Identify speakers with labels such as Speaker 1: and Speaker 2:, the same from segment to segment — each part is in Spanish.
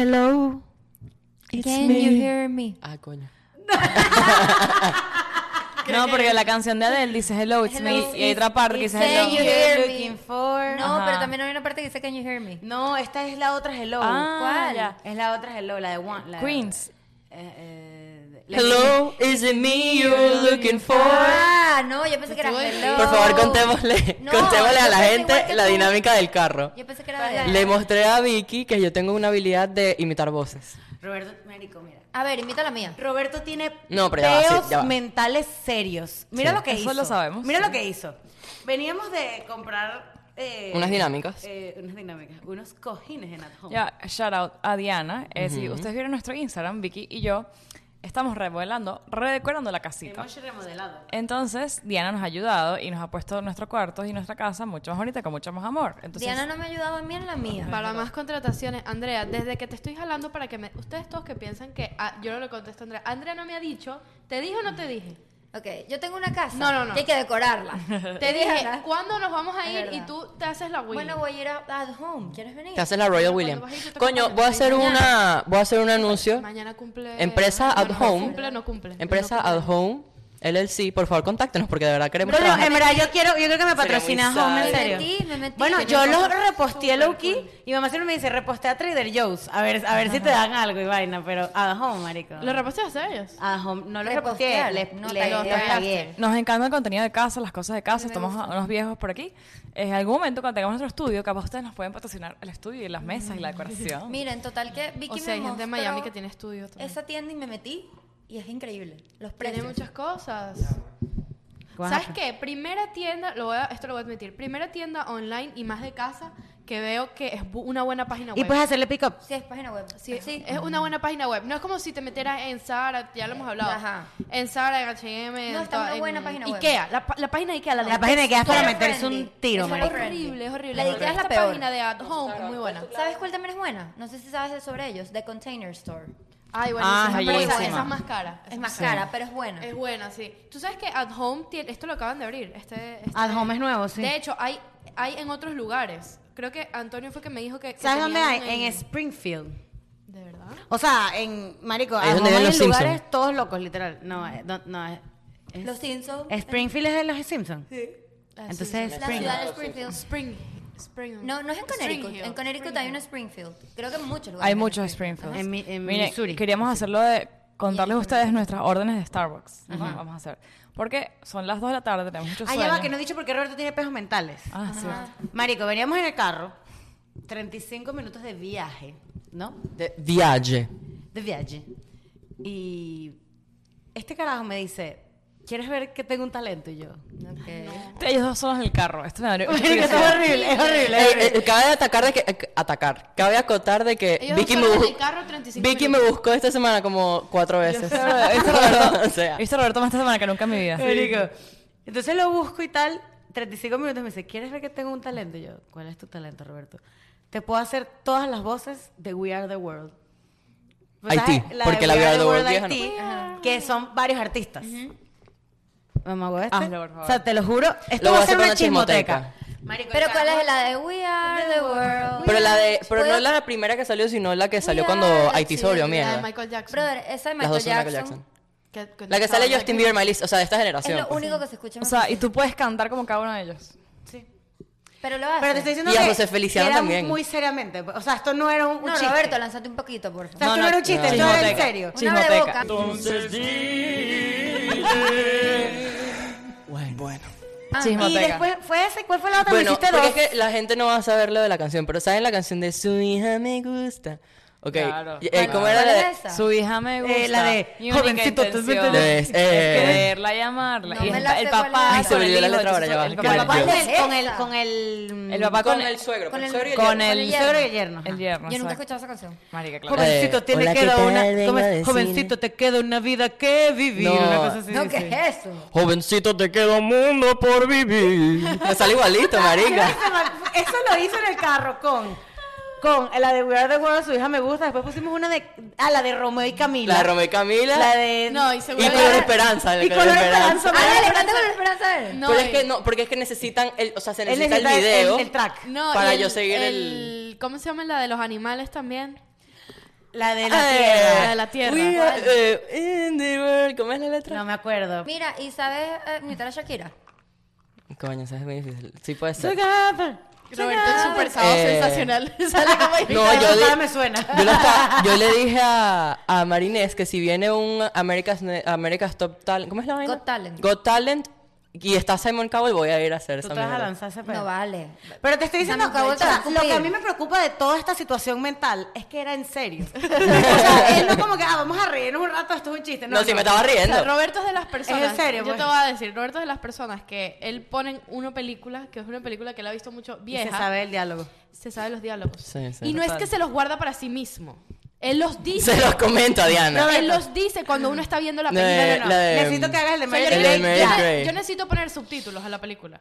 Speaker 1: Hello. It's
Speaker 2: Can
Speaker 1: me.
Speaker 2: you hear me?
Speaker 3: Ah, coño.
Speaker 1: Ah, No, porque la canción de Adele dice Hello, it's
Speaker 2: Hello,
Speaker 1: me. Y hay otra parte que
Speaker 2: it's-
Speaker 1: dice
Speaker 2: it's
Speaker 1: Hello.
Speaker 2: you hear me?
Speaker 4: looking for.
Speaker 2: No,
Speaker 1: Ajá.
Speaker 2: pero también hay una parte que dice Can you hear me?
Speaker 4: No, esta es la otra Hello.
Speaker 1: Ah,
Speaker 2: ¿Cuál?
Speaker 1: ya.
Speaker 4: Es la otra Hello, la de One. la de-
Speaker 1: Queens.
Speaker 4: eh, eh, la-
Speaker 3: Hello, is it me you're looking for?
Speaker 2: Ah, no, yo pensé que era
Speaker 4: Estoy-
Speaker 2: hello.
Speaker 3: Por favor, contémosle,
Speaker 2: No,
Speaker 3: contémosle a
Speaker 2: yo
Speaker 3: la
Speaker 2: pensé igual
Speaker 3: gente
Speaker 2: que
Speaker 3: la
Speaker 2: tú.
Speaker 3: dinámica del carro.
Speaker 2: Yo pensé que era de
Speaker 3: Le mostré a Vicky que yo tengo una habilidad de imitar voces.
Speaker 4: Roberto, marico, mira.
Speaker 2: A ver, imita la mía.
Speaker 4: Roberto tiene
Speaker 3: No, pero ya va, sí,
Speaker 4: peos
Speaker 3: ya va.
Speaker 4: mentales serios. Mira
Speaker 3: Sí.
Speaker 4: lo que
Speaker 1: Eso
Speaker 4: hizo.
Speaker 1: lo sabemos,
Speaker 4: Mira
Speaker 1: sí.
Speaker 4: lo que hizo. Veníamos de comprar eh,
Speaker 3: Unas dinámicas.
Speaker 4: eh, unas dinámicas, unos cojines en at home.
Speaker 1: Ya, shout out a Diana. Eh, Si ustedes vieron nuestro Instagram, Vicky y yo, estamos remodelando, redecorando la casita.
Speaker 4: Hemos remodelado.
Speaker 1: Entonces, Diana nos ha ayudado y nos ha puesto nuestros cuartos y nuestra casa mucho más bonita, con mucho más amor. Entonces,
Speaker 2: Diana no me ayudaba a mí en la mía.
Speaker 5: Para más contrataciones, Andrea, desde que te estoy jalando para que me... Ustedes todos que piensan que... ah, yo no le contesto a Andrea. Andrea no me ha dicho, ¿te dije o no te
Speaker 2: Mm.
Speaker 5: dije?
Speaker 2: Ok, yo tengo una casa.
Speaker 5: No, no, no.
Speaker 2: Que hay que decorarla.
Speaker 5: Te dije,
Speaker 2: Diana.
Speaker 5: ¿cuándo nos vamos
Speaker 2: Eh,
Speaker 5: a
Speaker 2: Es
Speaker 5: ir?
Speaker 2: verdad.
Speaker 5: Y tú te haces la Willy.
Speaker 2: Bueno, voy a ir a at home. ¿Quieres venir?
Speaker 3: Te haces la Royal
Speaker 5: Cuando
Speaker 3: William.
Speaker 5: vas a ir, yo te
Speaker 3: Coño,
Speaker 5: acompaño.
Speaker 3: voy a hacer
Speaker 5: Mañana.
Speaker 3: una, voy a hacer un anuncio.
Speaker 5: Mañana cumple...
Speaker 3: Empresa at
Speaker 5: Bueno, no
Speaker 3: home.
Speaker 5: Cumple, no cumple.
Speaker 3: Empresa
Speaker 5: No cumple.
Speaker 3: at home, LLC, por favor, contáctenos porque de verdad queremos
Speaker 4: Coño,
Speaker 3: trabajar.
Speaker 4: en verdad yo quiero, yo creo que me patrocina
Speaker 3: muy
Speaker 4: Home, en
Speaker 3: sad.
Speaker 4: serio.
Speaker 2: Me metí, me metí,
Speaker 4: bueno,
Speaker 2: pero
Speaker 4: yo
Speaker 2: yo
Speaker 4: lo
Speaker 2: creo
Speaker 4: reposteé low key y mamá siempre me dice, repostea a Trader Joe's, a ver, a ver si te dan algo y vaina, pero a Home, marico.
Speaker 5: ¿Lo repasteas a ellos?
Speaker 2: Ah,
Speaker 4: a Home, no lo
Speaker 2: Repostear,
Speaker 4: reposteé, le,
Speaker 2: no
Speaker 4: le-
Speaker 2: te-
Speaker 4: lo
Speaker 2: te
Speaker 4: tagué.
Speaker 1: nos encanta el contenido de casa, las cosas de casa. Estamos a- unos viejos por aquí. Eh, En algún momento, cuando tengamos nuestro estudio, capaz ustedes nos pueden patrocinar el estudio y las mesas y la decoración.
Speaker 2: Mira, en total que Vicky
Speaker 5: Oh. O sea, hay
Speaker 2: me
Speaker 5: gente en
Speaker 2: mostró
Speaker 5: Miami que tiene estudio también.
Speaker 2: Esa tienda y me metí y es increíble. Los
Speaker 5: Tiene
Speaker 2: precios.
Speaker 5: muchas cosas.
Speaker 4: Guau.
Speaker 5: ¿Sabes qué? Primera tienda, lo voy a- esto lo voy a admitir, primera tienda online y más de casa que veo que es bu- una buena página web.
Speaker 4: Y
Speaker 3: pues
Speaker 4: puedes hacerle pick up.
Speaker 2: Sí, es página web.
Speaker 5: Sí, es una buena página web. No es como si te metieras en Zara, ya lo hemos hablado.
Speaker 2: Ajá.
Speaker 5: En Zara, en H&M.
Speaker 2: No,
Speaker 5: en
Speaker 2: está
Speaker 5: toda-
Speaker 2: una
Speaker 5: en
Speaker 2: buena página web.
Speaker 5: Ikea, la, pa- la página de Ikea. La, de-
Speaker 4: La página que es para
Speaker 2: Pero
Speaker 4: meterse
Speaker 2: friendly.
Speaker 4: un tiro,
Speaker 2: Eso
Speaker 5: es
Speaker 4: marico.
Speaker 5: horrible, es horrible.
Speaker 2: La de Ikea es la
Speaker 5: Esta
Speaker 2: peor.
Speaker 5: página de At Home es muy buena.
Speaker 2: ¿Sabes cuál también es buena? No sé si sabes de sobre ellos. The Container Store.
Speaker 5: Ay, bueno,
Speaker 1: Ah,
Speaker 5: esa,
Speaker 1: es
Speaker 5: es más-
Speaker 1: buenísima.
Speaker 5: esa es más cara.
Speaker 2: Es más cara, pero es buena.
Speaker 5: Es buena, sí. Tú sabes que At Home tiene, esto lo acaban de abrir. Este, este-
Speaker 4: At Home es nuevo, sí.
Speaker 5: De hecho, hay, hay en otros lugares. Creo que Antonio fue que me dijo que. que
Speaker 4: ¿Sabes dónde
Speaker 5: tenían
Speaker 4: hay?
Speaker 5: uno
Speaker 4: En Springfield.
Speaker 5: ¿De verdad?
Speaker 4: O sea, en Marico,
Speaker 3: Ahí es
Speaker 4: a
Speaker 3: donde
Speaker 4: Home
Speaker 3: viven
Speaker 4: hay
Speaker 3: los
Speaker 4: lugares
Speaker 3: Simpsons.
Speaker 4: todos locos, literal. No, eh, no, no, eh, es-
Speaker 2: Los Simpsons.
Speaker 4: Springfield es de los Simpsons.
Speaker 5: Ah,
Speaker 4: Entonces es
Speaker 2: La ciudad
Speaker 4: Springfield.
Speaker 2: de Springfield.
Speaker 5: Spring. Spring.
Speaker 2: No, no es en Connecticut.
Speaker 5: Springfield.
Speaker 2: En Connecticut hay una Springfield. Creo que en muchos lugares.
Speaker 1: Hay
Speaker 2: en
Speaker 1: muchos Springfield.
Speaker 4: En mi- en
Speaker 1: Mire,
Speaker 4: Missouri.
Speaker 1: Queríamos hacerlo de contarles a ustedes nuestras órdenes de Starbucks. ¿no? Vamos a hacer. Porque son las 2 de la tarde, tenemos mucho
Speaker 4: Ah,
Speaker 1: sueño.
Speaker 4: ya va, que no he dicho porque Roberto tiene pesos mentales.
Speaker 1: Ah, sí.
Speaker 4: Marico, veníamos en el carro, 35 minutos de viaje, ¿no?
Speaker 3: De viaje.
Speaker 4: De viaje. Y este carajo me dice, ¿quieres ver que tengo un talento? Y yo,
Speaker 2: Connecticut. Ok.
Speaker 1: Ellos dos solos en el carro. Esto me da
Speaker 4: Marico, es horrible, es horrible. es
Speaker 3: Eh, eh,
Speaker 4: horrible.
Speaker 3: cabe atacar de que eh, atacar. Cabe acotar de que
Speaker 5: Ellos
Speaker 3: Vicky
Speaker 5: dos
Speaker 3: me
Speaker 5: solos
Speaker 3: buscó
Speaker 5: en el carro 35
Speaker 3: Vicky me
Speaker 5: minutos.
Speaker 3: buscó esta semana como cuatro veces.
Speaker 1: Este Roberto,
Speaker 3: O sea,
Speaker 1: este Roberto más esta semana que nunca en mi vida.
Speaker 4: Marico, Entonces lo busco y tal, 35 minutos me dice, ¿quieres ver que tengo un talento? Y yo, ¿cuál es tu talento, Roberto? Te puedo hacer todas las voces de We Are the World. ¿Vos
Speaker 3: Haití,
Speaker 4: sabes? de
Speaker 3: porque la We Are the World vieja no.
Speaker 4: Haití, que son varios artistas. Mamá, ¿hago este?
Speaker 1: Hazlo, por favor.
Speaker 4: O sea, te lo juro, esto
Speaker 3: Lo
Speaker 4: va
Speaker 3: voy
Speaker 4: a ser una chismoteca.
Speaker 2: Pero ¿cuál es la de We Are the World?
Speaker 3: pero la de pero no
Speaker 2: ¿Puedo-
Speaker 3: la primera que salió, sino la que salió
Speaker 2: Mira,
Speaker 3: cuando
Speaker 2: la
Speaker 3: Haití
Speaker 2: chida,
Speaker 3: sobrevivió,
Speaker 5: La de
Speaker 3: mierda.
Speaker 5: Michael Jackson.
Speaker 2: Brother, esa de
Speaker 3: Las
Speaker 2: Michael
Speaker 3: dos son
Speaker 2: Jackson.
Speaker 3: Michael Jackson.
Speaker 5: que-
Speaker 3: La que sale Justin Bieber, Miley, o sea, de esta
Speaker 2: Es
Speaker 3: generación.
Speaker 2: lo
Speaker 3: pues.
Speaker 2: único que se escucha.
Speaker 1: O
Speaker 2: en
Speaker 1: sea, y tú puedes cantar como cada uno de ellos.
Speaker 2: Pero lo hace.
Speaker 4: Pero te estoy diciendo
Speaker 3: Y a
Speaker 4: que-
Speaker 3: José Feliciano
Speaker 4: que era
Speaker 3: también.
Speaker 4: muy seriamente. O sea, esto no era un, un
Speaker 2: No,
Speaker 4: chiste.
Speaker 2: Roberto, lánzate un poquito, por
Speaker 4: O sea,
Speaker 2: favor.
Speaker 4: esto no,
Speaker 1: No, no,
Speaker 4: era un chiste, esto era en
Speaker 1: chismoteca.
Speaker 4: serio.
Speaker 1: No.
Speaker 2: Una de boca.
Speaker 1: chismoteca.
Speaker 3: Bueno, bueno.
Speaker 2: Ah,
Speaker 4: Y
Speaker 1: Chismoteca.
Speaker 4: después fue ese, ¿cuál fue la otra? Me
Speaker 3: Bueno,
Speaker 4: hiciste
Speaker 3: porque
Speaker 4: dos.
Speaker 3: es que la gente no va a saber lo de la canción, pero saben la canción de Su hija me gusta. Ok.
Speaker 1: Claro.
Speaker 3: y- eh, ¿Cómo
Speaker 2: ¿Cuál
Speaker 3: era la
Speaker 2: es
Speaker 3: de
Speaker 2: esa?
Speaker 1: Su hija me gusta.
Speaker 4: Eh, la de,
Speaker 1: mi única
Speaker 4: "Jovencito, te
Speaker 1: intención
Speaker 4: sientes
Speaker 3: de-
Speaker 1: es
Speaker 3: Eh,
Speaker 1: quererla llamarla.
Speaker 2: no
Speaker 1: y
Speaker 2: me
Speaker 1: el,
Speaker 2: la
Speaker 1: el
Speaker 2: sé cuál
Speaker 1: papá.
Speaker 2: es. Ay,
Speaker 1: con
Speaker 3: se me
Speaker 1: el
Speaker 3: olvidó la
Speaker 1: hijo,
Speaker 3: letra ahora, ya va.
Speaker 1: el
Speaker 4: Que el
Speaker 1: papá-
Speaker 4: papá
Speaker 2: Yo-
Speaker 4: con el,
Speaker 2: ¿Cuál
Speaker 4: con
Speaker 2: es
Speaker 4: el,
Speaker 2: esa?
Speaker 4: con el, mm,
Speaker 1: El papá con el
Speaker 3: suegro.
Speaker 2: con el-
Speaker 3: pues, suegro y
Speaker 1: con
Speaker 3: yerno.
Speaker 1: el-
Speaker 4: el suegro y el yerno. ajá.
Speaker 1: El yerno.
Speaker 2: Yo nunca he
Speaker 1: exacto.
Speaker 2: escuchado esa canción.
Speaker 1: Marica, claro.
Speaker 4: Jovencito,
Speaker 3: Eh,
Speaker 4: tiene
Speaker 3: hola,
Speaker 4: que
Speaker 3: ¿qué
Speaker 4: dar
Speaker 3: tal?
Speaker 4: una.
Speaker 3: Vengo
Speaker 4: joven-
Speaker 3: a decirle-
Speaker 4: jovencito, te queda una vida que vivir.
Speaker 3: No.
Speaker 4: Una cosa así.
Speaker 2: No, ¿qué
Speaker 4: dice.
Speaker 2: es eso?
Speaker 3: Jovencito, te queda un mundo por vivir. Me sale igualito, marica.
Speaker 4: Eso lo hizo en el carro con. Con la de We Are the World, su hija me gusta. Después pusimos una de. Ah, la de Romeo y Camila.
Speaker 3: La de Romeo y Camila.
Speaker 4: La de.
Speaker 5: No, y
Speaker 3: y
Speaker 5: seguro.
Speaker 3: Color Esperanza. la
Speaker 4: Y
Speaker 3: Color
Speaker 4: Color Esperanza. eh.
Speaker 2: Ah, dale, canta con la esperanza de él.
Speaker 5: No,
Speaker 3: Pero es
Speaker 5: y-
Speaker 3: que no, porque es que necesitan el, o sea, se
Speaker 4: Él
Speaker 3: necesita el
Speaker 4: necesita el-
Speaker 3: video.
Speaker 4: el- el track.
Speaker 5: No,
Speaker 3: para
Speaker 5: y
Speaker 3: yo seguir el-
Speaker 5: ¿Cómo se llama la de los animales también?
Speaker 4: La de
Speaker 5: Ah,
Speaker 4: la
Speaker 5: de-
Speaker 4: tierra.
Speaker 5: la de la tierra.
Speaker 3: We are, eh, in the world. ¿Cómo es la letra?
Speaker 4: No me acuerdo.
Speaker 2: Mira, ¿y sabes eh, imitar a Shakira?
Speaker 3: Coño, esa es muy difícil. Sí puede ser.
Speaker 4: Soy gata.
Speaker 5: Roberto es súper sábado
Speaker 3: Eh,
Speaker 5: sensacional. Sale como-
Speaker 3: No,
Speaker 4: Ricardo
Speaker 3: yo di-
Speaker 4: Sala me suena.
Speaker 3: Yo, lo estaba- yo le dije a, a Marinés que si viene un America's, Ne- America's Top Talent, ¿cómo es la vaina?
Speaker 2: Got Talent.
Speaker 3: Got Talent y está Simon Cowell, voy a ir a hacer
Speaker 4: Tú
Speaker 3: esa
Speaker 4: te vas a
Speaker 3: mierda.
Speaker 4: lanzar ese pedo.
Speaker 2: No vale.
Speaker 4: Pero te estoy diciendo,
Speaker 2: Dame un break,
Speaker 4: o sea,
Speaker 2: chamo,
Speaker 4: lo que a
Speaker 2: cumplir.
Speaker 4: mí me preocupa de toda esta situación mental es que era en serio. o sea, él no como que, ah, vamos a reírnos un rato, esto es un chiste. No,
Speaker 3: No, sí, me estaba
Speaker 5: O sea,
Speaker 3: riendo.
Speaker 5: Roberto es de las personas.
Speaker 4: Es en serio,
Speaker 5: Yo
Speaker 4: pues.
Speaker 5: te voy a decir, Roberto es de las personas que él pone una película, que es una película que él ha visto mucho
Speaker 4: Y
Speaker 5: vieja.
Speaker 4: se sabe el diálogo.
Speaker 5: se sabe los diálogos.
Speaker 3: Sí, sí.
Speaker 5: y no es que se los guarda para sí mismo. Él los dice.
Speaker 3: Se los comento a Diana.
Speaker 5: él los dice cuando uno está viendo la
Speaker 3: No,
Speaker 5: película.
Speaker 3: eh, la de-
Speaker 4: Necesito que hagas el de
Speaker 5: O sea,
Speaker 4: Mary
Speaker 5: yo,
Speaker 3: El
Speaker 5: ne-
Speaker 3: de
Speaker 4: Jane.
Speaker 3: Mary
Speaker 5: yo ne-
Speaker 3: Grey.
Speaker 5: yo necesito poner subtítulos a la película.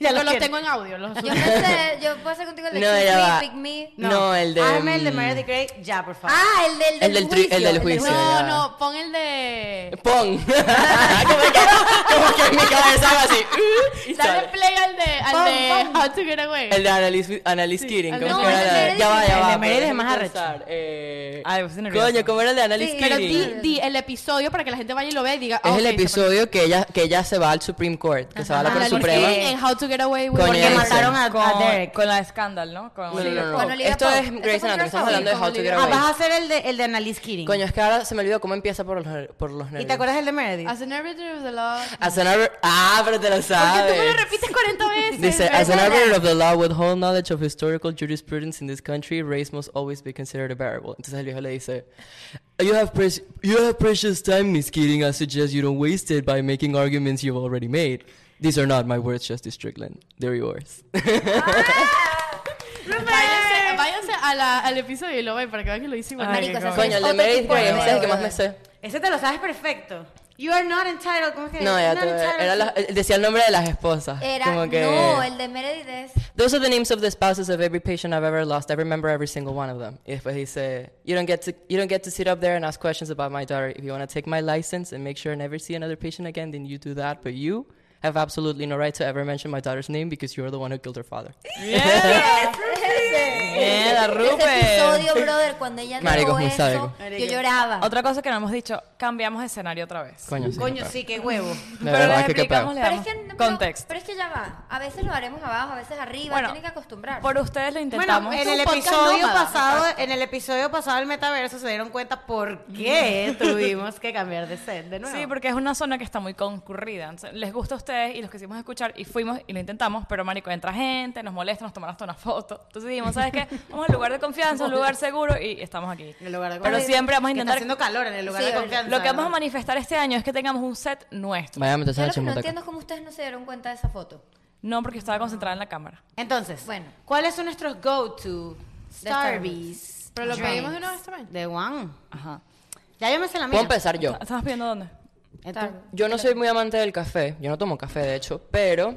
Speaker 4: Ya los
Speaker 5: Pero los
Speaker 4: tiene.
Speaker 5: tengo en audio. Los
Speaker 2: Yo no sé, yo puedo hacer contigo el de
Speaker 3: No,
Speaker 2: Kiss
Speaker 3: ya
Speaker 2: Me,
Speaker 3: va.
Speaker 2: Pick Me.
Speaker 3: No, el de. mm,
Speaker 4: Hazme Ah, el de Meredith Grey ya, por favor.
Speaker 2: Ah, el del,
Speaker 3: El del tri- el del juicio.
Speaker 5: no, no, pon el de.
Speaker 3: Pon. Ah, como, que, como que en mi cabeza hago así. uh, y
Speaker 5: Dale
Speaker 3: sale.
Speaker 5: play al de, al
Speaker 4: Pon,
Speaker 5: de
Speaker 4: pon.
Speaker 5: How to Get Away.
Speaker 3: El de Annalise, Annalise Keating.
Speaker 5: al
Speaker 3: ¿cómo
Speaker 5: de-
Speaker 3: que era
Speaker 2: no,
Speaker 3: la de-
Speaker 2: el de
Speaker 3: ya va, ya va.
Speaker 4: Meredith. El de Meredith es más
Speaker 3: déjame
Speaker 4: arrecho.
Speaker 3: pensar, eh,
Speaker 1: Ay, me puse nerviosa.
Speaker 3: Coño, ¿cómo era el de Annalise
Speaker 2: Sí,
Speaker 5: Pero
Speaker 3: Keating?
Speaker 5: di, di el episodio para que la gente vaya y lo vea y diga.
Speaker 3: Es
Speaker 5: "Ah,
Speaker 3: el
Speaker 5: ok, se
Speaker 3: episodio que ella, que ella se va al Supreme Court, que se va a la
Speaker 5: parece".
Speaker 3: Corte
Speaker 5: Al
Speaker 3: Suprema.
Speaker 5: fin, En How to Get Away with
Speaker 3: Coño,
Speaker 4: Porque
Speaker 3: Nelson.
Speaker 4: mataron a,
Speaker 1: con,
Speaker 4: a Derek.
Speaker 1: con la de Scandal, ¿no? Con-
Speaker 3: No, no, no, no.
Speaker 2: Con Olivia
Speaker 3: Esto
Speaker 2: Pope.
Speaker 3: es
Speaker 2: Esto
Speaker 3: Grey's
Speaker 2: fue
Speaker 3: Anatomy, estamos
Speaker 2: Grey's
Speaker 3: hablando de
Speaker 5: Anatomy.
Speaker 3: How to Get
Speaker 5: Ah,
Speaker 4: Ah,
Speaker 3: Away.
Speaker 4: vas a hacer el de, el de Annalise Keating.
Speaker 3: Coño, es que ahora se me olvidó cómo empieza por los, por los nervios.
Speaker 4: ¿Y te acuerdas el de Meredith?
Speaker 5: As an arbiter of the law.
Speaker 3: As an arbiter- Ah, pero te lo
Speaker 5: Porque
Speaker 3: sabes.
Speaker 5: tú me lo repites 40 veces.
Speaker 3: Dice,
Speaker 5: ¿verdad?
Speaker 3: as an arbiter of the law with whole knowledge of historical jurisprudence in this country, race must always be considered a variable. Entonces el viejo le dice, you have, preci- you have precious time, Miss Keating. I suggest you don't waste it by making arguments you've already made. These are not my words, Justice Strickland. They're yours.
Speaker 5: Váyanse, váyanse a la- al episodio y lo ven para que vean que lo hicimos.
Speaker 1: Ay,
Speaker 2: Marico, ese es
Speaker 3: Coño, el de
Speaker 2: otro
Speaker 3: Meredith
Speaker 2: tipo de
Speaker 3: Grey, ese es el que más
Speaker 2: brother.
Speaker 3: me sé.
Speaker 4: Ese te lo sabes perfecto. You are not entitled. ¿Cómo es que
Speaker 3: No,
Speaker 4: You're
Speaker 3: ya
Speaker 4: not
Speaker 3: te
Speaker 4: entitled
Speaker 3: era
Speaker 4: to-
Speaker 3: la- eh, decía el nombre de las esposas.
Speaker 2: Era,
Speaker 3: como que,
Speaker 2: no, el de Meredith es...
Speaker 3: Those are the names of the spouses of every patient I've ever lost. I remember every single one of them. Y después dice, you don't get to, you don't get to sit up there and ask questions about my daughter. If you want to take my license and make sure I never see another patient again, then you do that. But you have absolutely no right to ever mention my daughter's name because you're the one who killed her father.
Speaker 1: Mierda,
Speaker 2: Ese
Speaker 1: Rupert.
Speaker 2: episodio, brother, cuando ella
Speaker 3: Marico,
Speaker 2: dijo
Speaker 3: es muy sádico.
Speaker 2: eso, yo lloraba.
Speaker 1: Otra cosa que no hemos dicho, cambiamos de escenario otra vez.
Speaker 3: Coño, sí.
Speaker 4: Coño, sí, qué huevo.
Speaker 3: De
Speaker 1: pero les
Speaker 3: verdad que qué
Speaker 1: explicamos, le
Speaker 3: pedo.
Speaker 2: Pero
Speaker 1: damos
Speaker 2: es, que, no-
Speaker 1: contexto.
Speaker 2: pero es que ya va. A veces lo haremos abajo, a veces arriba.
Speaker 1: Bueno,
Speaker 2: tienen que acostumbrarse.
Speaker 1: Por ustedes lo intentamos.
Speaker 4: Bueno, en
Speaker 5: Es
Speaker 4: el
Speaker 5: un podcast
Speaker 4: episodio
Speaker 5: nómada.
Speaker 4: pasado, en el episodio pasado del metaverso se dieron cuenta por qué tuvimos que cambiar de set de nuevo.
Speaker 1: Sí, porque es una zona que está muy concurrida. Entonces, les gusta a ustedes y los quisimos escuchar y fuimos y lo intentamos, pero marico, entra gente, nos molesta, nos toman hasta una foto. Entonces dijimos, ¿sabes qué? Vamos al lugar de confianza, un lugar seguro y estamos aquí.
Speaker 4: En el lugar de
Speaker 1: Pero
Speaker 4: confianza.
Speaker 1: siempre vamos a
Speaker 4: Que
Speaker 1: intentar...
Speaker 4: Está haciendo calor en el lugar
Speaker 2: Sí,
Speaker 4: de confianza.
Speaker 1: Lo que vamos a
Speaker 4: ¿verdad?
Speaker 1: manifestar este año es que tengamos un set nuestro.
Speaker 3: Vayamos entonces
Speaker 2: Yo
Speaker 3: a la
Speaker 2: lo que no
Speaker 3: chismoteca.
Speaker 2: entiendo es cómo ustedes no se dieron cuenta de esa foto.
Speaker 1: No porque estaba concentrada en la cámara.
Speaker 4: Entonces,
Speaker 2: Bueno.
Speaker 4: ¿cuáles son nuestros go-to
Speaker 2: Starbucks.
Speaker 4: Starbucks?
Speaker 5: Pero lo
Speaker 4: drinks?
Speaker 5: pedimos de una vez también.
Speaker 4: De One.
Speaker 1: Ajá.
Speaker 4: Ya yo me sé la mía.
Speaker 3: Puedo empezar yo.
Speaker 1: ¿Estabas viendo dónde?
Speaker 4: Entonces,
Speaker 3: Yo no soy muy amante del café, yo no tomo café de hecho, pero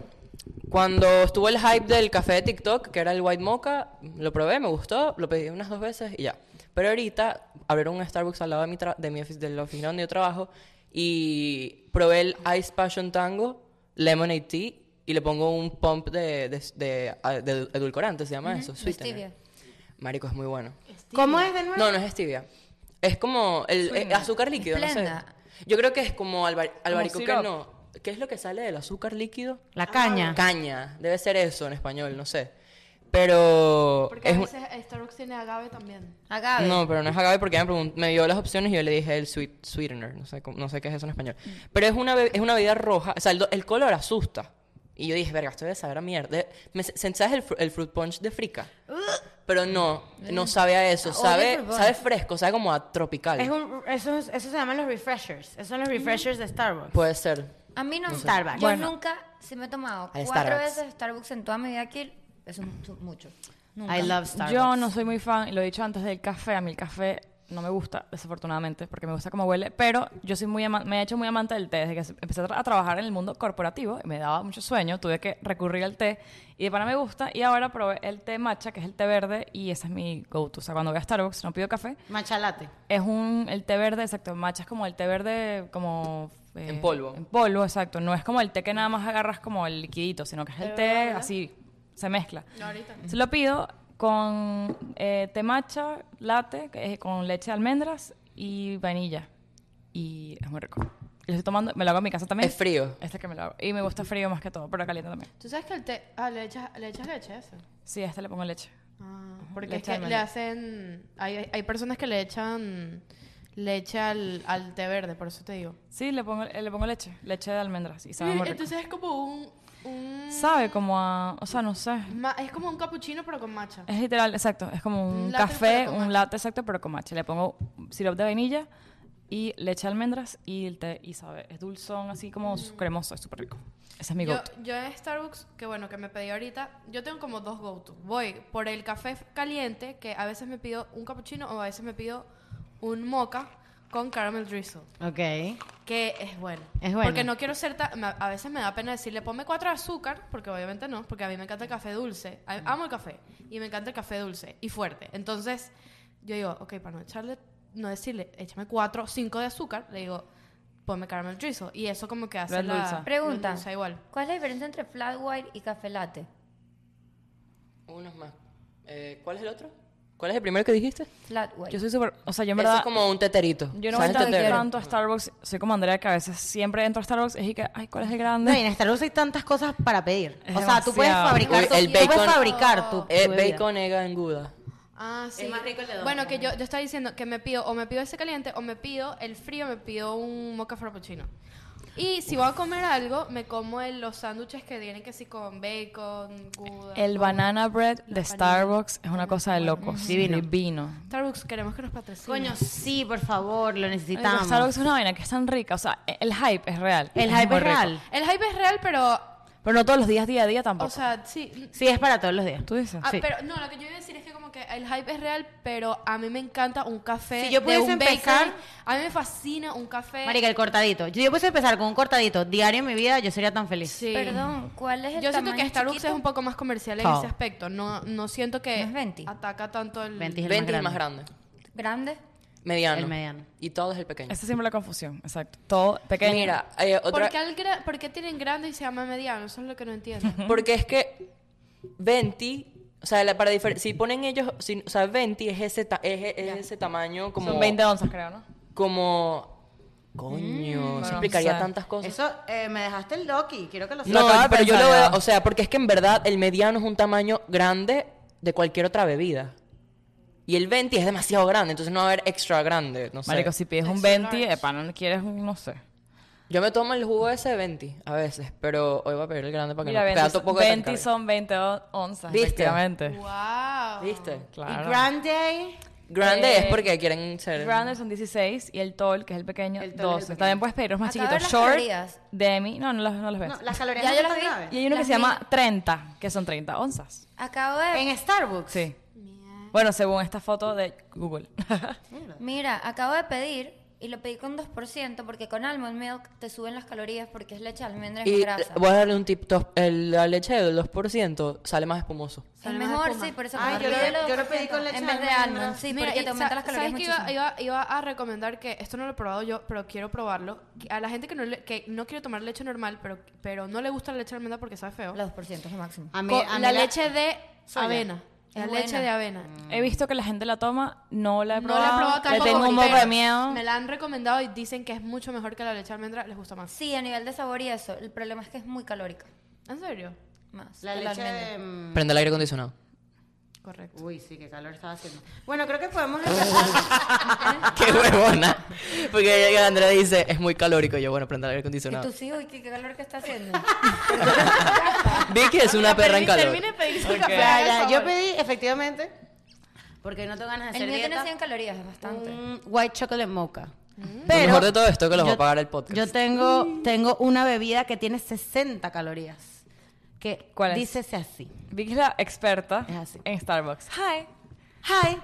Speaker 3: cuando estuvo el hype del café de TikTok, que era el White Mocha, lo probé, me gustó, lo pedí unas dos veces y ya. Pero ahorita abrieron un Starbucks al lado de mi, tra- de mi ofici- del oficina donde yo trabajo y probé el Ice Passion Tango, Lemonade Tea y le pongo un pump de, de, de- a- de edulcorante, se llama eso, sweetener.
Speaker 2: stevia.
Speaker 3: Marico, es muy bueno.
Speaker 4: ¿cómo es de nuevo?
Speaker 3: No, no es stevia. Es como el, eh, azúcar líquido, no sé.
Speaker 2: Esplenda.
Speaker 3: Yo creo que es como alba- albaricoque,
Speaker 1: sirope.
Speaker 3: no. ¿Qué es lo que sale del azúcar líquido?
Speaker 4: La caña.
Speaker 3: Caña. Debe ser eso en español, no sé. Pero...
Speaker 5: Porque
Speaker 3: Es
Speaker 5: a
Speaker 3: un-
Speaker 5: veces Starbucks tiene agave también.
Speaker 2: Agave.
Speaker 3: no, pero no es agave porque ella me, pregun- me dio las opciones y yo le dije el sweet, sweetener. No sé, cómo- no sé qué es eso en español. Pero es una, be- es una bebida roja. O sea, el, do- el color asusta. Y yo dije, verga, esto debe saber a mierda. Debe- Me, se- se- ¿Sabes el, fru- el fruit punch de frica? Pero no, no sabe a eso.
Speaker 2: Odio el
Speaker 3: Sabe,
Speaker 2: fruit punch.
Speaker 3: sabe fresco, sabe como a tropical.
Speaker 4: Es un, esos, esos se llaman los refreshers. Esos son los refreshers de Starbucks.
Speaker 3: Puede ser.
Speaker 2: A mí no.
Speaker 4: Starbucks.
Speaker 2: Yo
Speaker 1: Bueno.
Speaker 2: nunca se me he tomado
Speaker 3: Al
Speaker 2: cuatro
Speaker 3: Starbucks.
Speaker 2: veces Starbucks en toda mi vida aquí. Eso es mu- mucho. Nunca.
Speaker 4: I love Starbucks.
Speaker 1: Yo no soy muy fan, y lo he dicho antes del café, a mí el café no me gusta, desafortunadamente, porque me gusta cómo huele, pero yo soy muy ama- me he hecho muy amante del té. Desde que se- empecé a tra- a trabajar en el mundo corporativo, me daba mucho sueño, tuve que recurrir al té, y de pana me gusta, y ahora probé el té matcha, que es el té verde, y ese es mi go-to. O sea, cuando voy a Starbucks, no pido café,
Speaker 4: Machalate.
Speaker 1: es un, el té verde, exacto, el matcha es como el té verde, como... eh,
Speaker 3: En polvo.
Speaker 1: En polvo, exacto. No es como el té que nada más agarras como el liquidito, sino que es el té así, se mezcla.
Speaker 5: No, ahorita.
Speaker 1: Se lo pido con eh, té matcha, latte, que es con leche de almendras y vainilla. Y es muy rico. Y Lo estoy tomando, me lo hago en mi casa también.
Speaker 3: Es frío.
Speaker 1: Este que me lo hago. Y me gusta frío más que todo, pero caliente también.
Speaker 5: Tú sabes que el té. Ah, le echas, le echas leche a eso.
Speaker 1: Sí, a este le pongo leche.
Speaker 5: Ah,
Speaker 1: Le
Speaker 5: porque es
Speaker 1: echan
Speaker 5: que le
Speaker 1: leche.
Speaker 5: hacen. Hay, hay personas que le echan leche al, al té verde, por eso te digo.
Speaker 1: Sí, le pongo, eh, le pongo leche, leche de almendras y sabe muy
Speaker 5: Y
Speaker 1: rico.
Speaker 5: entonces es como un. un
Speaker 1: Sabe como a, o sea, no sé.
Speaker 5: ma- es como un capuchino, pero con matcha.
Speaker 1: Es literal, exacto. Es como un
Speaker 5: Un latte,
Speaker 1: café,
Speaker 5: pero con
Speaker 1: un
Speaker 5: matcha.
Speaker 1: latte, exacto, pero con matcha. Le pongo sirope de vainilla y leche de almendras y el té. Y sabe, es dulzón, así como su- cremoso, es súper rico. Ese es mi
Speaker 5: Yo,
Speaker 1: goat.
Speaker 5: yo en Starbucks, que bueno, que me pedí ahorita, yo tengo como dos go-to. Voy por el café f- caliente, que a veces me pido un cappuccino o a veces me pido un mocha con caramel drizzle,
Speaker 4: Ok.
Speaker 5: que es bueno.
Speaker 4: Es bueno.
Speaker 5: Porque no quiero ser tan... me- A veces me da pena decirle, ponme cuatro de azúcar, porque obviamente no, porque a mí me encanta el café dulce. A- Amo el café y me encanta el café dulce y fuerte. Entonces, yo digo, ok, para no echarle, no decirle, échame cuatro o cinco de azúcar, le digo, ponme caramel drizzle. Y eso como que hace la...
Speaker 1: endulza.
Speaker 5: lo
Speaker 2: Pregunta.
Speaker 5: endulza igual.
Speaker 2: ¿Cuál es la diferencia entre flat white y café latte?
Speaker 3: Unos más. Eh, ¿Cuál es el otro? ¿Cuál es el primero que dijiste?
Speaker 2: Flat white.
Speaker 1: Yo soy súper, o sea, yo en
Speaker 3: Eso
Speaker 1: verdad...
Speaker 3: es como un teterito.
Speaker 1: Yo no voy
Speaker 3: ¿Sabes
Speaker 1: tan
Speaker 3: tetero?
Speaker 1: tanto a Starbucks, soy como Andrea que a veces siempre entro a Starbucks y es que, ay, ¿cuál es el grande?
Speaker 4: No, y en Starbucks hay tantas cosas para pedir.
Speaker 1: Es
Speaker 4: o sea, tú puedes
Speaker 1: demasiado.
Speaker 4: fabricar
Speaker 3: Uy,
Speaker 4: tu,
Speaker 3: el
Speaker 4: tú puedes
Speaker 3: bacon-
Speaker 4: fabricar tu, tu
Speaker 3: Eh,
Speaker 4: bebida.
Speaker 3: bacon, egg and gouda.
Speaker 5: Ah, sí.
Speaker 4: más rico el de dos,
Speaker 5: Bueno, que yo, yo estaba diciendo que me pido o me pido ese caliente o me pido el frío, me pido un mocha frappuccino. Y si voy a comer algo, me como el- los sándwiches que vienen que sí con bacon, gouda.
Speaker 1: El banana bread de Starbucks es una cosa de locos.
Speaker 4: Divino.
Speaker 1: Divino.
Speaker 5: Starbucks queremos que nos patrocine.
Speaker 4: Coño, sí, por favor, lo
Speaker 1: Ay,
Speaker 4: necesitamos.
Speaker 1: Los Starbucks es una vaina que es tan rica. O sea, e, el hype es real.
Speaker 4: El
Speaker 1: muy
Speaker 4: hype es
Speaker 1: rico.
Speaker 4: real.
Speaker 5: El hype es real, pero
Speaker 1: Pero no todos los días, día a día tampoco.
Speaker 5: o sea, sí.
Speaker 4: Sí, es para todos los días.
Speaker 1: ¿Tú dices?
Speaker 5: Ah,
Speaker 4: Sí.
Speaker 5: pero no, lo que yo iba a decir es que como que el hype es real, pero a mí me encanta un café
Speaker 4: Si yo
Speaker 5: de
Speaker 4: pudiese
Speaker 5: un
Speaker 4: empezar-
Speaker 5: bakery. A mí me fascina un café.
Speaker 4: Marica, el cortadito. Yo, yo puedo empezar con un cortadito diario en mi vida, yo sería tan feliz.
Speaker 5: Sí.
Speaker 2: Perdón, ¿cuál es el
Speaker 5: Yo siento
Speaker 2: tamaño
Speaker 5: que Starbucks
Speaker 2: chiquito?
Speaker 5: es un poco más comercial en
Speaker 4: Chao.
Speaker 5: ese aspecto. No, no siento que
Speaker 2: ¿No es 20?
Speaker 5: ataca tanto el...
Speaker 4: 20 es el
Speaker 3: 20 es el
Speaker 4: más
Speaker 3: más
Speaker 4: grande.
Speaker 3: grande.
Speaker 2: grande.
Speaker 3: Mediano.
Speaker 4: El mediano.
Speaker 3: Y todo es el pequeño.
Speaker 1: Esa es siempre la confusión, exacto. Todo pequeño.
Speaker 3: Mira, eh, otra...
Speaker 5: ¿Por, qué al gra- por qué tienen grande y se llama mediano? Eso es lo que no entiendo.
Speaker 3: Porque es que 20, o sea, la- para difer- si ponen ellos, si- o sea, 20 es ese, ta- es, es ese tamaño como...
Speaker 1: son 20 onzas, creo, ¿no?
Speaker 3: Como... Coño, eso
Speaker 1: bueno,
Speaker 3: explicaría
Speaker 1: o sea,
Speaker 3: tantas cosas.
Speaker 4: Eso, eh, me dejaste el doqui, quiero que lo
Speaker 3: No,
Speaker 1: acabo de
Speaker 3: pero yo
Speaker 1: pensar,
Speaker 3: lo veo,
Speaker 1: ya.
Speaker 3: o sea, porque es que en verdad el mediano es un tamaño grande de cualquier otra bebida. Y el 20 es demasiado grande, entonces no va a haber extra grande, no sé.
Speaker 1: Marico, si pides un
Speaker 5: Extra
Speaker 1: 20,
Speaker 5: large.
Speaker 1: epa, no quieres un, no sé.
Speaker 3: Yo me tomo el jugo ese de 20 a veces, pero hoy voy a pedir el grande para que
Speaker 1: Mira,
Speaker 3: no
Speaker 1: 20,
Speaker 3: queda poco de
Speaker 1: 20
Speaker 3: recarga.
Speaker 1: son 20 on- onzas,
Speaker 3: ¿Viste?
Speaker 1: efectivamente.
Speaker 5: ¡Wow!
Speaker 3: ¿Viste?
Speaker 1: Claro.
Speaker 4: Y grande.
Speaker 3: Grande
Speaker 1: Eh,
Speaker 3: es porque quieren ser...
Speaker 1: Grandes son 16 y el tall, que es el pequeño,
Speaker 4: El tall es el
Speaker 1: 12.
Speaker 4: pequeño.
Speaker 1: También puedes pedir los más
Speaker 2: Acá veo
Speaker 1: chiquitos.
Speaker 2: las
Speaker 1: Short,
Speaker 2: calorías.
Speaker 1: demi, no, no los, no los ves.
Speaker 4: No, Pues, las calorías
Speaker 2: Ya
Speaker 4: no
Speaker 2: yo
Speaker 4: son
Speaker 2: las
Speaker 4: tan
Speaker 2: vi.
Speaker 4: graves.
Speaker 1: y hay uno que
Speaker 2: las
Speaker 1: se llama
Speaker 2: mil-
Speaker 1: 30, que son 30 onzas.
Speaker 2: Acabo de
Speaker 4: En Starbucks.
Speaker 1: Sí. Bueno, según esta foto de Google.
Speaker 2: Mira, acabo de pedir y lo pedí con 2% porque con almond milk te suben las calorías porque es leche de almendras y
Speaker 3: Y
Speaker 2: grasa.
Speaker 3: voy a darle un tip top. El- la leche del 2% sale más espumoso.
Speaker 2: Es
Speaker 5: Sale más
Speaker 2: mejor,
Speaker 5: espuma.
Speaker 2: sí, por eso
Speaker 4: Ay,
Speaker 2: como
Speaker 4: yo lo-
Speaker 2: pedí los
Speaker 4: yo lo pedí con
Speaker 2: 2%
Speaker 4: leche
Speaker 2: En vez
Speaker 4: de
Speaker 2: de
Speaker 4: almendras.
Speaker 2: almond, sí,
Speaker 5: Mira,
Speaker 2: porque
Speaker 5: y
Speaker 2: te aumenta
Speaker 5: sa-
Speaker 2: las calorías
Speaker 5: ¿sabes que
Speaker 2: muchísimo.
Speaker 5: iba, iba, iba a recomendar que esto no lo he probado yo, pero quiero probarlo. que A la gente que no, le- que no quiere tomar leche normal, pero, pero no le gusta la leche de almendra porque sabe feo.
Speaker 2: Los 2% es lo máximo.
Speaker 4: A mí-
Speaker 5: co-
Speaker 4: a mí
Speaker 5: la leche de
Speaker 4: Soya.
Speaker 5: avena. La
Speaker 2: Es
Speaker 5: leche
Speaker 2: buena.
Speaker 5: de avena.
Speaker 1: He visto que la gente la toma, Mm. no la he
Speaker 5: No la he
Speaker 1: probado.
Speaker 5: probado
Speaker 1: le
Speaker 5: tampoco.
Speaker 1: tengo un poco
Speaker 5: pero
Speaker 1: de miedo.
Speaker 5: Me la han recomendado y dicen que es mucho mejor que la leche de almendra. Les gusta más.
Speaker 2: Sí, a nivel de sabor y eso. El problema es que es muy calórica.
Speaker 5: ¿En serio?
Speaker 2: Más.
Speaker 4: La
Speaker 2: que
Speaker 4: leche
Speaker 2: almendra.
Speaker 4: de... mm,
Speaker 3: Prende el aire acondicionado.
Speaker 5: Correcto.
Speaker 4: Uy, sí, qué calor estaba haciendo. Bueno, creo que podemos empezar.
Speaker 3: ¡Qué huevona! Porque Andrea dice, es muy calórico. Y yo, bueno, prende el aire
Speaker 2: Que
Speaker 3: acondicionado.
Speaker 2: tú sí, uy, qué qué calor que está haciendo.
Speaker 3: Vicky es una perra en calor.
Speaker 5: Termine de pedir su
Speaker 1: Ok.
Speaker 5: café.
Speaker 4: Ya,
Speaker 5: haga el
Speaker 4: ya,
Speaker 5: favor.
Speaker 4: yo pedí, efectivamente, porque no tengo ganas de
Speaker 2: El
Speaker 4: hacer
Speaker 2: mío tiene
Speaker 4: dieta,
Speaker 2: 100 calorías, es bastante.
Speaker 4: un white chocolate mocha.
Speaker 2: Mm.
Speaker 3: Lo mejor de todo esto es que los va
Speaker 4: yo-
Speaker 3: a pagar el podcast.
Speaker 4: Yo tengo, tengo una bebida que tiene 60 calorías. Que
Speaker 1: ¿Cuál es?
Speaker 4: dícese así.
Speaker 1: Vicky es la experta
Speaker 4: Es así.
Speaker 1: en Starbucks. Hi.
Speaker 4: Hi.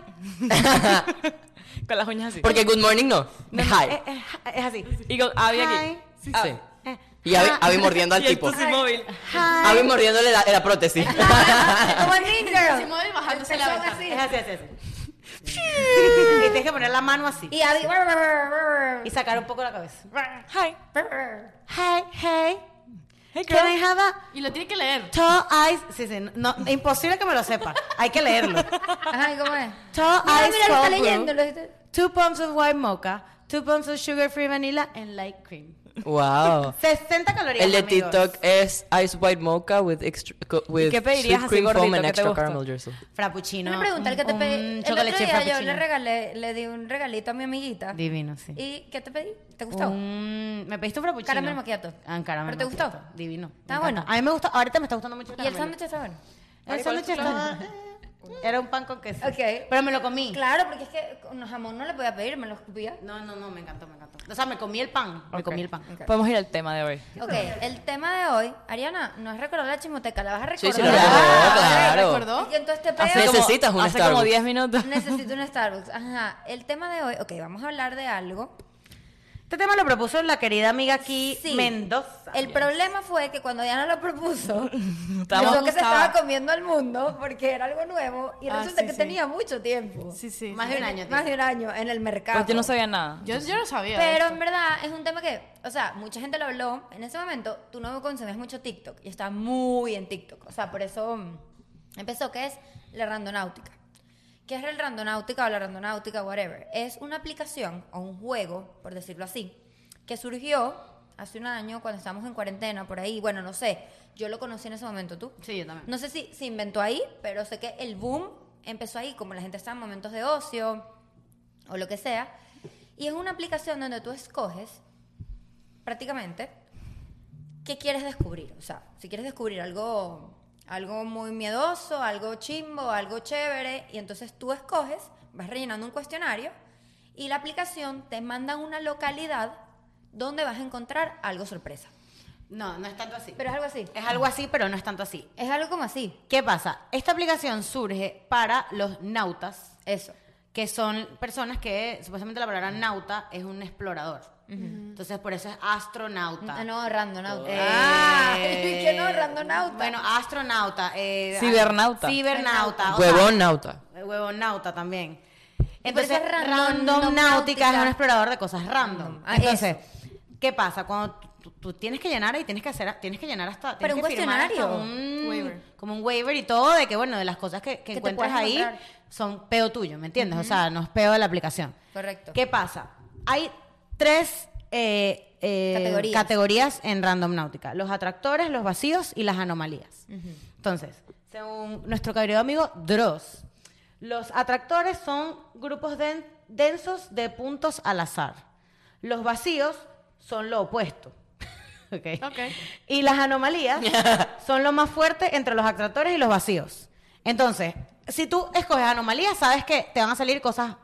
Speaker 1: Con las uñas así.
Speaker 3: Porque Good Morning no.
Speaker 4: No,
Speaker 3: Hi.
Speaker 4: eh, eh, es así.
Speaker 1: Y con Abby aquí.
Speaker 4: Hi.
Speaker 3: sí,
Speaker 1: Ah,
Speaker 3: sí.
Speaker 4: Eh,
Speaker 3: Y Abby,
Speaker 4: hi.
Speaker 3: Abby mordiendo al
Speaker 1: Y el
Speaker 3: tipo.
Speaker 1: Tootsie móvil.
Speaker 4: Hi.
Speaker 3: Abby mordiéndole la, la prótesis.
Speaker 2: Como en Mean Girls.
Speaker 5: Se mueve bajándose
Speaker 2: El
Speaker 5: la
Speaker 2: pezón
Speaker 5: ventana.
Speaker 2: así.
Speaker 4: Ah, Es así, así, así. y tienes que poner la mano así.
Speaker 2: Y Abby.
Speaker 4: Y sacar un poco la cabeza.
Speaker 1: Hi.
Speaker 4: Hey, hey.
Speaker 1: Hey,
Speaker 4: Can I
Speaker 1: girl.
Speaker 4: have a
Speaker 5: Y lo tiene que leer.
Speaker 4: tall ice? Sí, sí, no, imposible que me lo sepa. Hay que leerlo.
Speaker 2: Ajá, ¿y ¿cómo es?
Speaker 4: Tall
Speaker 2: Mira,
Speaker 4: ice
Speaker 2: mira, lo está
Speaker 4: cold brew.
Speaker 2: leyendo. lo está-
Speaker 4: Two pumps of white mocha, two pumps of sugar free vanilla and light cream.
Speaker 3: Wow.
Speaker 4: 60 calorías.
Speaker 3: El de
Speaker 4: amigos.
Speaker 3: TikTok es Ice White Mocha with, extra, co- with
Speaker 1: qué pedirías
Speaker 3: sweet
Speaker 1: así
Speaker 3: cream foam
Speaker 1: gordito
Speaker 3: and
Speaker 1: que te
Speaker 3: extra
Speaker 1: gusta?
Speaker 3: caramel drizzle.
Speaker 4: Frappuccino.
Speaker 2: Una pregunta, el que te
Speaker 4: un-
Speaker 2: pedí.
Speaker 4: un
Speaker 2: El otro
Speaker 4: chocolate
Speaker 2: día
Speaker 4: chip
Speaker 2: yo le
Speaker 4: frappuccino.
Speaker 2: regalé, le di un regalito a mi amiguita.
Speaker 4: Divino, sí.
Speaker 2: ¿Y qué te pedí? ¿Te gustó?
Speaker 4: Un- me pediste un frappuccino.
Speaker 2: Caramel macchiato.
Speaker 4: Ah, un caramel
Speaker 2: ¿Pero te
Speaker 4: macchiato.
Speaker 2: gustó?
Speaker 4: Divino. me
Speaker 2: Está
Speaker 4: encanta.
Speaker 2: bueno.
Speaker 4: A mí me gusta, ahorita me está gustando mucho el
Speaker 2: ¿Y el
Speaker 4: caramel.
Speaker 2: sándwich está bueno?
Speaker 4: El sándwich estaba... Era un pan con queso.
Speaker 2: Ok.
Speaker 4: Pero me lo comí.
Speaker 2: Claro, porque es que con jamón no le podía pedir, me lo escupía.
Speaker 4: No, no, no, me encantó, me encantó. O sea, me comí el pan. Me
Speaker 1: Ok.
Speaker 4: comí el pan.
Speaker 2: Ok.
Speaker 1: Podemos ir al tema de hoy.
Speaker 2: Ok, el tema de hoy, Ariana, no es recordar la chismoteca, la vas a
Speaker 3: Sí,
Speaker 2: recordar.
Speaker 3: sí, lo
Speaker 5: recordó,
Speaker 3: recordó,
Speaker 5: Ah,
Speaker 3: claro.
Speaker 5: recordó.
Speaker 2: Y entonces te
Speaker 3: Hace
Speaker 2: pego,
Speaker 3: Necesitas
Speaker 1: como,
Speaker 3: un
Speaker 1: Hace como
Speaker 3: Starbucks.
Speaker 1: 10 minutos.
Speaker 2: necesito un Starbucks. Ajá, el tema de hoy, ok, vamos a hablar de algo.
Speaker 4: Este tema lo propuso la querida amiga aquí,
Speaker 2: Sí.
Speaker 4: Mendoza.
Speaker 2: El problema fue que cuando Diana lo propuso,
Speaker 1: Estábamos-
Speaker 2: pensó que se estaba comiendo al mundo porque era algo nuevo y
Speaker 5: Ah,
Speaker 2: resulta
Speaker 5: sí,
Speaker 2: que
Speaker 5: sí.
Speaker 2: tenía mucho tiempo.
Speaker 5: Sí, sí.
Speaker 4: Más de un año.
Speaker 2: Más de un año en el mercado.
Speaker 1: Pues yo no sabía nada.
Speaker 5: Yo, yo no sabía. de
Speaker 2: Pero
Speaker 5: esto.
Speaker 2: en verdad es un tema que, o sea, mucha gente lo habló. En ese momento tú no consumías mucho TikTok y está muy en TikTok. O sea, por eso mm, empezó, que es la randonáutica. ¿Qué es el randonáutica o la randonáutica, whatever? Es una aplicación o un juego, por decirlo así, que surgió hace un año cuando estábamos en cuarentena, por ahí. Bueno, no sé, yo lo conocí en ese momento, ¿tú?
Speaker 4: Sí, yo también.
Speaker 2: No sé si se inventó ahí, pero sé que el boom empezó ahí, como la gente está en momentos de ocio o lo que sea. Y es una aplicación donde tú escoges prácticamente qué quieres descubrir. O sea, si quieres descubrir algo, algo muy miedoso, algo chimbo, algo chévere, y entonces tú escoges, vas rellenando un cuestionario y la aplicación te manda a una localidad donde vas a encontrar algo sorpresa.
Speaker 4: No, no es tanto así.
Speaker 2: Pero es algo así.
Speaker 4: Es algo así, pero no es tanto así.
Speaker 2: Es algo como así.
Speaker 4: ¿Qué pasa? Esta aplicación surge para los nautas,
Speaker 2: Eso.
Speaker 4: que son personas que supuestamente la palabra nauta es un explorador. Entonces, por eso es astronauta.
Speaker 2: Ah, no, randonauta.
Speaker 4: Eh,
Speaker 2: Ah, ¿y qué no? Randonauta.
Speaker 4: Bueno, ah, astronauta. eh,
Speaker 1: Cibernauta.
Speaker 4: Cibernauta. Ah, o sea,
Speaker 3: Huevón nauta.
Speaker 4: eh, huevonauta también.
Speaker 2: por eso
Speaker 4: Entonces,
Speaker 2: es
Speaker 4: random
Speaker 2: randomnáutica.
Speaker 4: náutica es un explorador de cosas random.
Speaker 2: Ah,
Speaker 4: Entonces, ¿qué pasa? Cuando tú- tú, tú tienes que llenar y tienes que hacer, tienes que llenar hasta,
Speaker 2: Pero
Speaker 4: tienes
Speaker 2: un
Speaker 4: que firmar hasta
Speaker 2: cuestionario.
Speaker 4: un
Speaker 5: Waiver.
Speaker 4: como un waiver y todo de que bueno, de las cosas que, que
Speaker 2: te
Speaker 4: encuentras
Speaker 2: puedas
Speaker 4: ahí
Speaker 2: encontrar.
Speaker 4: son peo tuyo, ¿me entiendes? O sea, no es peo de la aplicación.
Speaker 2: Correcto.
Speaker 4: ¿Qué pasa? Hay tres eh, eh,
Speaker 2: Categorías.
Speaker 4: categorías. en Random Náutica. Los atractores, los vacíos y las anomalías. Entonces, según nuestro querido amigo Dross, los atractores son grupos den- densos de puntos al azar. Los vacíos son lo opuesto. Ok.
Speaker 5: Ok.
Speaker 4: Y las anomalías son lo más fuerte entre los atractores y los vacíos. Entonces, si tú escoges anomalías, sabes que te van a salir cosas